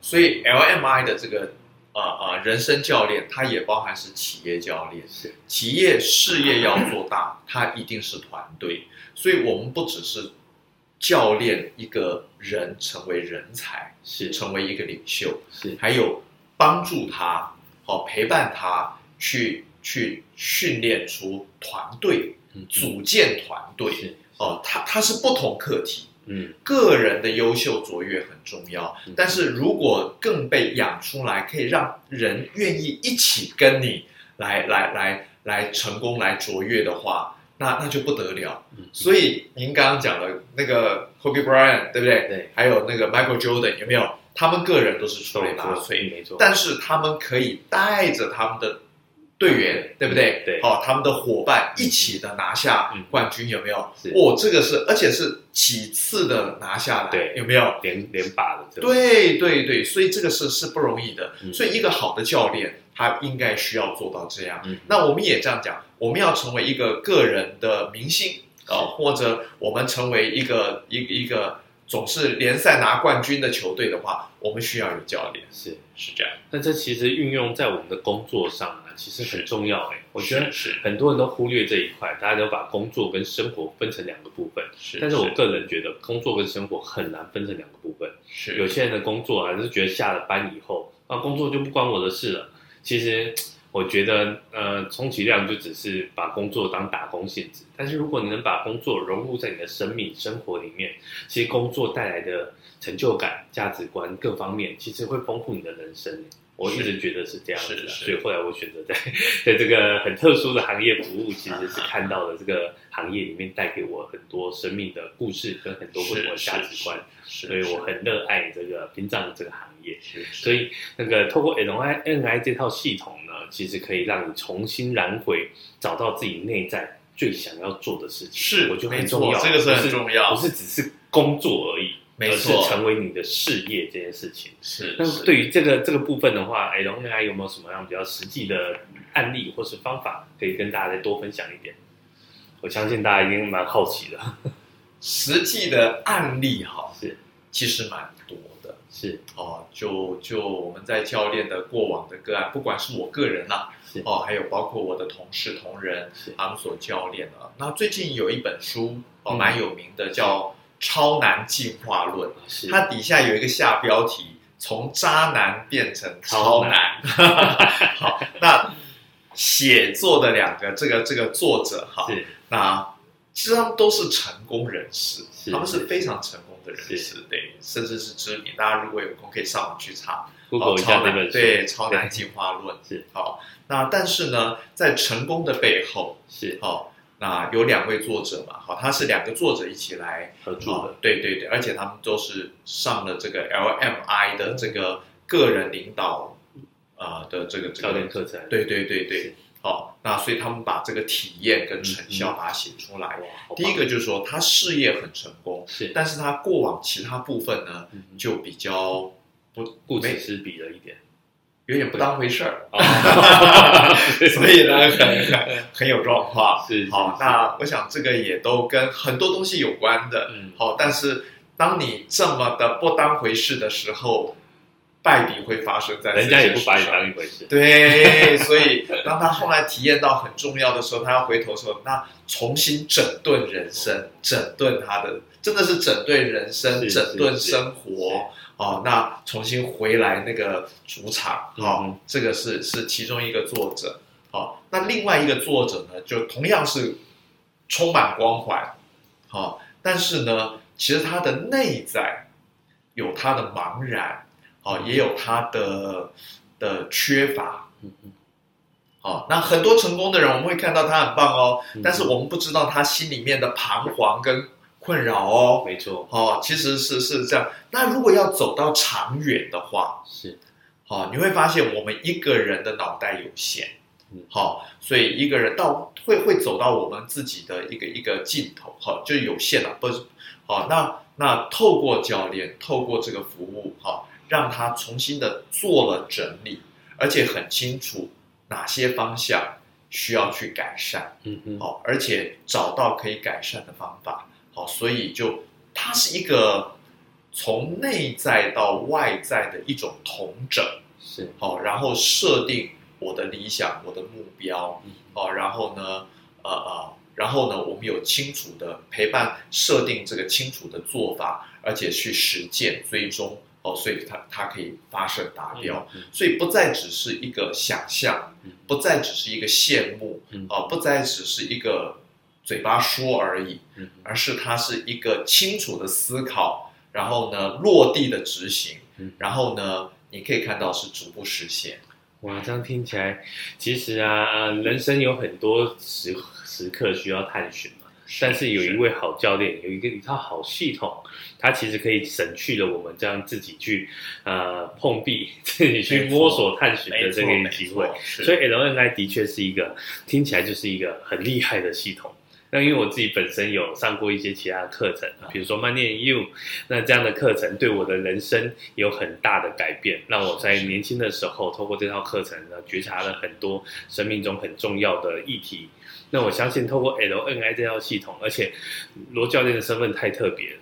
[SPEAKER 2] 所以 LMI 的这个啊啊、呃人生教练，它也包含是企业教练。
[SPEAKER 1] 是
[SPEAKER 2] 企业事业要做 大，它一定是团队，所以我们不只是教练一个人成为人才，
[SPEAKER 1] 是
[SPEAKER 2] 成为一个领袖，
[SPEAKER 1] 是
[SPEAKER 2] 还有帮助他，好、陪伴他去去训练出团队，
[SPEAKER 1] 嗯
[SPEAKER 2] 组建团队。
[SPEAKER 1] 是
[SPEAKER 2] 哦，它它是不同课题，
[SPEAKER 1] 嗯
[SPEAKER 2] 个人的优秀卓越很重要
[SPEAKER 1] 嗯，
[SPEAKER 2] 但是如果更被养出来，可以让人愿意一起跟你来来来来成功来卓越的话，那那就不得了。
[SPEAKER 1] 嗯，
[SPEAKER 2] 所以您刚刚讲了那个 Kobe Bryant，对不对？
[SPEAKER 1] 对，
[SPEAKER 2] 还有那个 Michael Jordan，有没有？他们个人都是出类拔
[SPEAKER 1] 所以
[SPEAKER 2] 萃，
[SPEAKER 1] 没错，
[SPEAKER 2] 但是他们可以带着他们的队员，对不嗯对？
[SPEAKER 1] 对
[SPEAKER 2] 好、他们的伙伴一起的拿下
[SPEAKER 1] 嗯
[SPEAKER 2] 冠军，有没有？
[SPEAKER 1] 是
[SPEAKER 2] 哦，这个是，而且是几次的拿下来，
[SPEAKER 1] 对
[SPEAKER 2] 有没有？
[SPEAKER 1] 连连把的这种，
[SPEAKER 2] 对对对，所以这个是是不容易的。
[SPEAKER 1] 嗯
[SPEAKER 2] 所以一个好的教练，他应该需要做到这样。
[SPEAKER 1] 嗯，
[SPEAKER 2] 啊那我们也这样讲，我们要成为一个个人的明星
[SPEAKER 1] 是
[SPEAKER 2] 啊、或者我们成为一个一一个总是联赛拿冠军的球队的话，我们需要有教练，
[SPEAKER 1] 是。
[SPEAKER 2] 是这样。
[SPEAKER 1] 那这其实运用在我们的工作上啊，其实很重要哎、我觉得
[SPEAKER 2] 是
[SPEAKER 1] 很多人都忽略这一块，大家都把工作跟生活分成两个部分。
[SPEAKER 2] 是
[SPEAKER 1] 但是我个人觉得，工作跟生活很难分成两个部分。
[SPEAKER 2] 是
[SPEAKER 1] 有些人的工作啊还是觉得下了班以后啊，工作就不关我的事了。其实我觉得，呃，充其量就只是把工作当打工性质。但是如果你能把工作融入在你的生命生活里面，其实工作带来的成就感、价值观各方面，其实会丰富你的人生。我一直觉得是这样子的，啊
[SPEAKER 2] 是是
[SPEAKER 1] 所以后来我选择在 在这个很特殊的行业服务，其实是看到了这个行业里面带给我很多生命的故事跟很多不同的
[SPEAKER 2] 是
[SPEAKER 1] 价
[SPEAKER 2] 是
[SPEAKER 1] 值
[SPEAKER 2] 是
[SPEAKER 1] 观。
[SPEAKER 2] 是
[SPEAKER 1] 所以我很热爱这个殡葬这个行业。
[SPEAKER 2] 是是
[SPEAKER 1] 所以那个透过 N I N I 这套系统呢，其实可以让你重新燃回，找到自己内在最想要做的事情。
[SPEAKER 2] 是
[SPEAKER 1] 我觉得
[SPEAKER 2] 没
[SPEAKER 1] 很
[SPEAKER 2] 错
[SPEAKER 1] 重要，
[SPEAKER 2] 这个是很
[SPEAKER 1] 不
[SPEAKER 2] 重要
[SPEAKER 1] 不是只是工作而已，
[SPEAKER 2] 没
[SPEAKER 1] 而
[SPEAKER 2] 错
[SPEAKER 1] 是成为你的事业这件事情。
[SPEAKER 2] 是
[SPEAKER 1] 那
[SPEAKER 2] 是
[SPEAKER 1] 对于这个这个部分的话，L 哎 N I 有没有什么样比较实际的案例或是方法，可以跟大家再多分享一点？我相信大家一定蛮好奇的，
[SPEAKER 2] 实际的案例哈，
[SPEAKER 1] 是
[SPEAKER 2] 其实蛮多的
[SPEAKER 1] 是
[SPEAKER 2] 哦。就就我们在教练的过往的个案，不管是我个人啦、
[SPEAKER 1] 是
[SPEAKER 2] 哦，还有包括我的同事同仁
[SPEAKER 1] 是，
[SPEAKER 2] 他们所教练啊。那最近有一本书哦，
[SPEAKER 1] 嗯
[SPEAKER 2] 蛮有名的，叫《超男进化论》，
[SPEAKER 1] 是
[SPEAKER 2] 它底下有一个下标题：从渣男变成超
[SPEAKER 1] 超
[SPEAKER 2] 男。 好，那写作的两个这个这个作者哈，
[SPEAKER 1] 是
[SPEAKER 2] 那其实他们都是成功人士，
[SPEAKER 1] 是
[SPEAKER 2] 他们是
[SPEAKER 1] 是
[SPEAKER 2] 非常成功的人士
[SPEAKER 1] 是，
[SPEAKER 2] 对，甚至是知名。大家如果有空可以上网去查
[SPEAKER 1] Google 一下
[SPEAKER 2] 哦超
[SPEAKER 1] 这
[SPEAKER 2] 男
[SPEAKER 1] 本书，
[SPEAKER 2] 对《超男进化论》
[SPEAKER 1] 是
[SPEAKER 2] 好。那但是呢，在成功的背后，
[SPEAKER 1] 是
[SPEAKER 2] 好、那有两位作者嘛，好，他是两个作者一起来
[SPEAKER 1] 合作
[SPEAKER 2] 哦
[SPEAKER 1] 的，，
[SPEAKER 2] 对对对，而且他们都是上了这个 LMI 的这个个人领导啊、呃的这个这
[SPEAKER 1] 教练
[SPEAKER 2] 个，
[SPEAKER 1] 课程，
[SPEAKER 2] 对对对对
[SPEAKER 1] 是，
[SPEAKER 2] 好、那所以他们把这个体验跟成效把它写出来。
[SPEAKER 1] 哇，好棒
[SPEAKER 2] 第一个就是说他事业很成功，
[SPEAKER 1] 是，
[SPEAKER 2] 但是他过往其他部分呢
[SPEAKER 1] 嗯
[SPEAKER 2] 就比较不
[SPEAKER 1] 顾
[SPEAKER 2] 没
[SPEAKER 1] 此失彼了一 点，
[SPEAKER 2] 有点不当回事儿，
[SPEAKER 1] 哦
[SPEAKER 2] 所以呢很很很有状况。
[SPEAKER 1] 是
[SPEAKER 2] 好，
[SPEAKER 1] 是
[SPEAKER 2] 那我想这个也都跟很多东西有关的，
[SPEAKER 1] 嗯
[SPEAKER 2] 好，但是当你这么的不当回事的时候，败笔会发生在
[SPEAKER 1] 人家也
[SPEAKER 2] 自
[SPEAKER 1] 不
[SPEAKER 2] 己
[SPEAKER 1] 把你
[SPEAKER 2] 身上
[SPEAKER 1] 当一回事，
[SPEAKER 2] 对，所以当他后来体验到很重要的时候，他要回头说，那重新整顿人生，整顿他的，真的是整顿人生，
[SPEAKER 1] 是
[SPEAKER 2] 整顿
[SPEAKER 1] 是
[SPEAKER 2] 生活哦。那重新回来那个主场，哦，
[SPEAKER 1] 嗯哼
[SPEAKER 2] 这个是是其中一个作者。哦，那另外一个作者呢，就同样是充满光环，好、但是呢，其实他的内在有他的茫然，哦，也有他的的缺乏。
[SPEAKER 1] 嗯嗯
[SPEAKER 2] 哦，那很多成功的人，我们会看到他很棒哦，
[SPEAKER 1] 嗯
[SPEAKER 2] 但是我们不知道他心里面的彷徨跟困扰哦。
[SPEAKER 1] 没错，
[SPEAKER 2] 哦，其实是是这样。那如果要走到长远的话，
[SPEAKER 1] 是
[SPEAKER 2] 哦，你会发现我们一个人的脑袋有限，
[SPEAKER 1] 嗯
[SPEAKER 2] 好，所以一个人到会会走到我们自己的一个一个尽头，哈，就有限了，不是，好，那那透过教练，透过这个服务，哈，让他重新的做了整理，而且很清楚哪些方向需要去改善，
[SPEAKER 1] 嗯哼，
[SPEAKER 2] 好，而且找到可以改善的方法，好，所以就它是一个从内在到外在的一种统整，
[SPEAKER 1] 是，
[SPEAKER 2] 好，然后设定我的理想、我的目标
[SPEAKER 1] 嗯，
[SPEAKER 2] 哦，然后呢，呃呃，然后呢，我们有清楚的陪伴设定这个清楚的做法，而且去实践追踪，哦，所以它它可以发射达标，
[SPEAKER 1] 嗯
[SPEAKER 2] 所以不再只是一个想象
[SPEAKER 1] 嗯，
[SPEAKER 2] 不再只是一个羡慕
[SPEAKER 1] 嗯，
[SPEAKER 2] 啊、不再只是一个嘴巴说而已，
[SPEAKER 1] 嗯嗯
[SPEAKER 2] 而是它是一个清楚的思考，然后呢落地的执行
[SPEAKER 1] 嗯，
[SPEAKER 2] 然后呢你可以看到是逐步实现。
[SPEAKER 1] 哇，这样听起来，其实啊，呃人生有很多时时刻需要探寻嘛。但是有一位好教练，有一个一套好系统，他其实可以省去了我们这样自己去呃碰壁、自己去
[SPEAKER 2] 没错
[SPEAKER 1] 摸索探寻
[SPEAKER 2] 没
[SPEAKER 1] 的哎这
[SPEAKER 2] 错，
[SPEAKER 1] 个
[SPEAKER 2] 没
[SPEAKER 1] 机会
[SPEAKER 2] 错。，是
[SPEAKER 1] 所以 LNI 的确是一个听起来就是一个很厉害的系统。那因为我自己本身有上过一些其他的课程，比如说 Money and You，那这样的课程对我的人生有很大的改变，让我在
[SPEAKER 2] 是
[SPEAKER 1] 年轻的时候透过这套课程呢，觉察了很多生命中很重要的议题。那我相信透过 LNI 这套系统，而且罗教练的身份太特别了，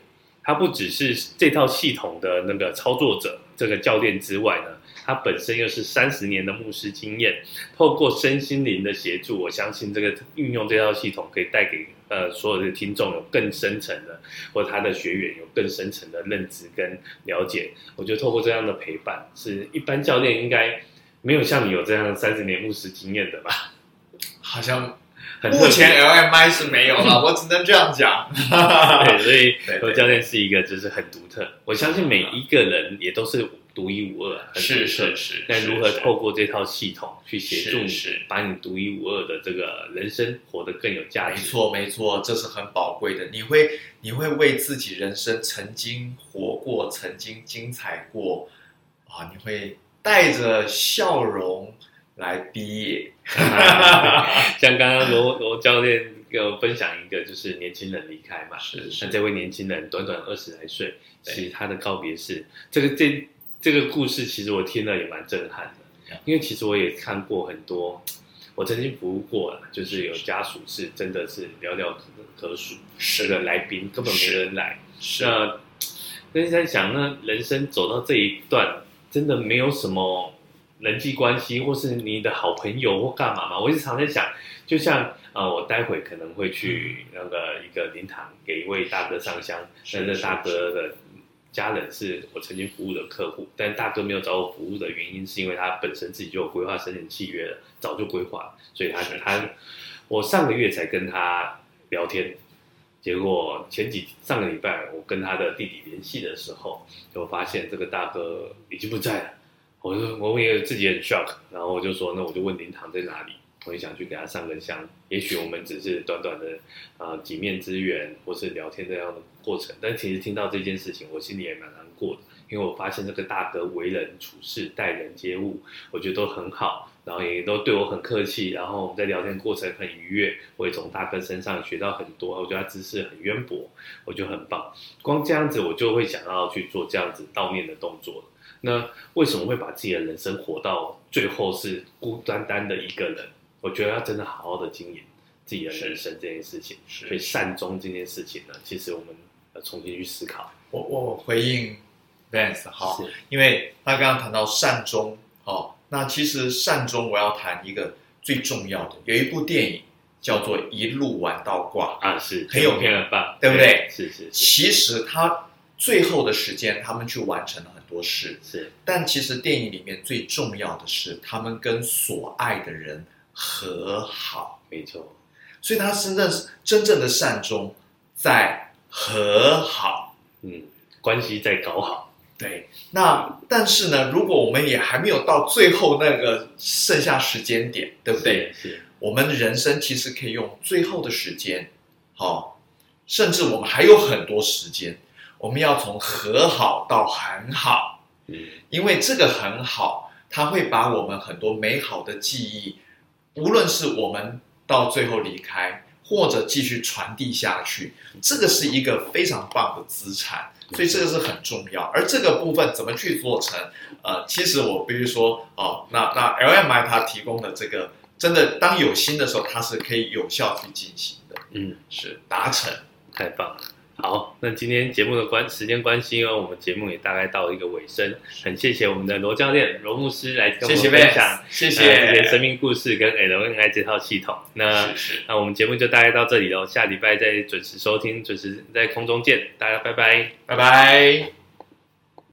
[SPEAKER 1] 他不只是这套系统的那个操作者这个教练之外呢，他本身又是三十年的牧师经验，透过身心灵的协助，我相信这个运用这套系统可以带给呃所有的听众有更深层的，或者他的学员有更深层的认知跟了解。我觉得透过这样的陪伴，是一般教练应该没有像你有这样三十年牧师经验的吧？
[SPEAKER 2] 好像
[SPEAKER 1] 很特
[SPEAKER 2] 目
[SPEAKER 1] 别啊
[SPEAKER 2] 前 LMI 是没有了，我只能这样讲。 啊
[SPEAKER 1] 对，所以呃
[SPEAKER 2] 对对
[SPEAKER 1] 罗教练是一个就是很独特，我相信每一个人也都是独一无二，很独
[SPEAKER 2] 是
[SPEAKER 1] 特
[SPEAKER 2] 是。是，
[SPEAKER 1] 但如何
[SPEAKER 2] 是
[SPEAKER 1] 透过这套系统去协助
[SPEAKER 2] 是
[SPEAKER 1] 你
[SPEAKER 2] 是，
[SPEAKER 1] 把你独一无二的这个人生活得更有价
[SPEAKER 2] 没
[SPEAKER 1] 值？
[SPEAKER 2] 错，没错，这是很宝贵的。你会，你会为自己人生曾经活过、曾经精彩过啊，你会带着笑容来毕业。
[SPEAKER 1] 像刚刚罗罗教练给我分享一个，就是年轻人离开嘛，
[SPEAKER 2] 是
[SPEAKER 1] 那
[SPEAKER 2] 是，
[SPEAKER 1] 这位年轻人短短二十来岁，
[SPEAKER 2] 对
[SPEAKER 1] 其实他的告别式，这个这这个故事，其实我听了也蛮震撼的
[SPEAKER 2] Yeah，
[SPEAKER 1] 因为其实我也看过很多，我曾经服务过啦，就是有家属是真的是寥寥可数，这
[SPEAKER 2] 是
[SPEAKER 1] 个来宾根本没
[SPEAKER 2] 是
[SPEAKER 1] 人来，
[SPEAKER 2] 是
[SPEAKER 1] 那那在想，那人生走到这一段，真的没有什么人际关系，或是你的好朋友或干嘛嘛？我一直常在想，就像呃，我待会可能会去那个一个灵堂给一位大哥上香，
[SPEAKER 2] 是
[SPEAKER 1] 但是
[SPEAKER 2] 是
[SPEAKER 1] 大哥的家人是我曾经服务的客户，但大哥没有找我服务的原因，是因为他本身自己就有规划生前契约了，早就规划了，所以他
[SPEAKER 2] 是
[SPEAKER 1] 他我上个月才跟他聊天，结果前几上个礼拜我跟他的弟弟联系的时候，就发现这个大哥已经不在了。我就我也自己很 shock，然后我就说，那我就问灵堂在哪里，我也想去给他上个香。也许我们只是短短的啊、呃几面之缘，或是聊天这样的过程，但其实听到这件事情，我心里也蛮难过的，因为我发现这个大哥为人处事、待人接物，我觉得都很好，然后也都对我很客气，然后我们在聊天过程很愉悦，我也从大哥身上学到很多，我觉得他知识很渊博，我觉得很棒。光这样子，我就会想要去做这样子悼念的动作了。那为什么会把自己的人生活到最后是孤单单的一个人？我觉得要真的好好的经营自己的人生这件事情，
[SPEAKER 2] 是
[SPEAKER 1] 所以善终这件事情呢，其实我们要重新去思考。
[SPEAKER 2] 我我回应 Vance 好，
[SPEAKER 1] 是，
[SPEAKER 2] 因为他刚刚谈到善终，哦，那其实善终我要谈一个最重要的，有一部电影叫做《一路玩到挂》
[SPEAKER 1] 啊，是
[SPEAKER 2] 很有
[SPEAKER 1] 这部片很棒，
[SPEAKER 2] 对不对
[SPEAKER 1] 是是是
[SPEAKER 2] 其实他最后的时间，他们去完成了很多事，
[SPEAKER 1] 是，
[SPEAKER 2] 但其实电影里面最重要的是，他们跟所爱的人和好，
[SPEAKER 1] 没错，
[SPEAKER 2] 所以他真正真正的善终在和好。
[SPEAKER 1] 嗯，关系在搞好，
[SPEAKER 2] 对，那但是呢，如果我们也还没有到最后那个剩下时间点，对不对？
[SPEAKER 1] 是？是，
[SPEAKER 2] 我们人生其实可以用最后的时间，好、甚至我们还有很多时间，我们要从和好到很好。
[SPEAKER 1] 嗯，
[SPEAKER 2] 因为这个很好，它会把我们很多美好的记忆无论是我们到最后离开，或者继续传递下去，这个是一个非常棒的资产，所以这个是很重要。而这个部分怎么去做成？呃，其实我必须说，哦，那那 LMI 它提供的这个，真的当有心的时候，它是可以有效去进行的，
[SPEAKER 1] 嗯，
[SPEAKER 2] 是达成。
[SPEAKER 1] 太棒了。好，那今天节目的关时间关系哦，我们节目也大概到一个尾声，很谢谢我们的罗教练、罗牧师来跟我
[SPEAKER 2] 谢
[SPEAKER 1] 们
[SPEAKER 2] 谢
[SPEAKER 1] 分享
[SPEAKER 2] Vance，谢
[SPEAKER 1] 呃这些生
[SPEAKER 2] 谢，
[SPEAKER 1] 命故事跟 LNI 这套系统。那
[SPEAKER 2] 是是，
[SPEAKER 1] 那我们节目就大概到这里喽，下礼拜再准时收听，准时在空中见，大家拜拜。
[SPEAKER 2] 拜拜。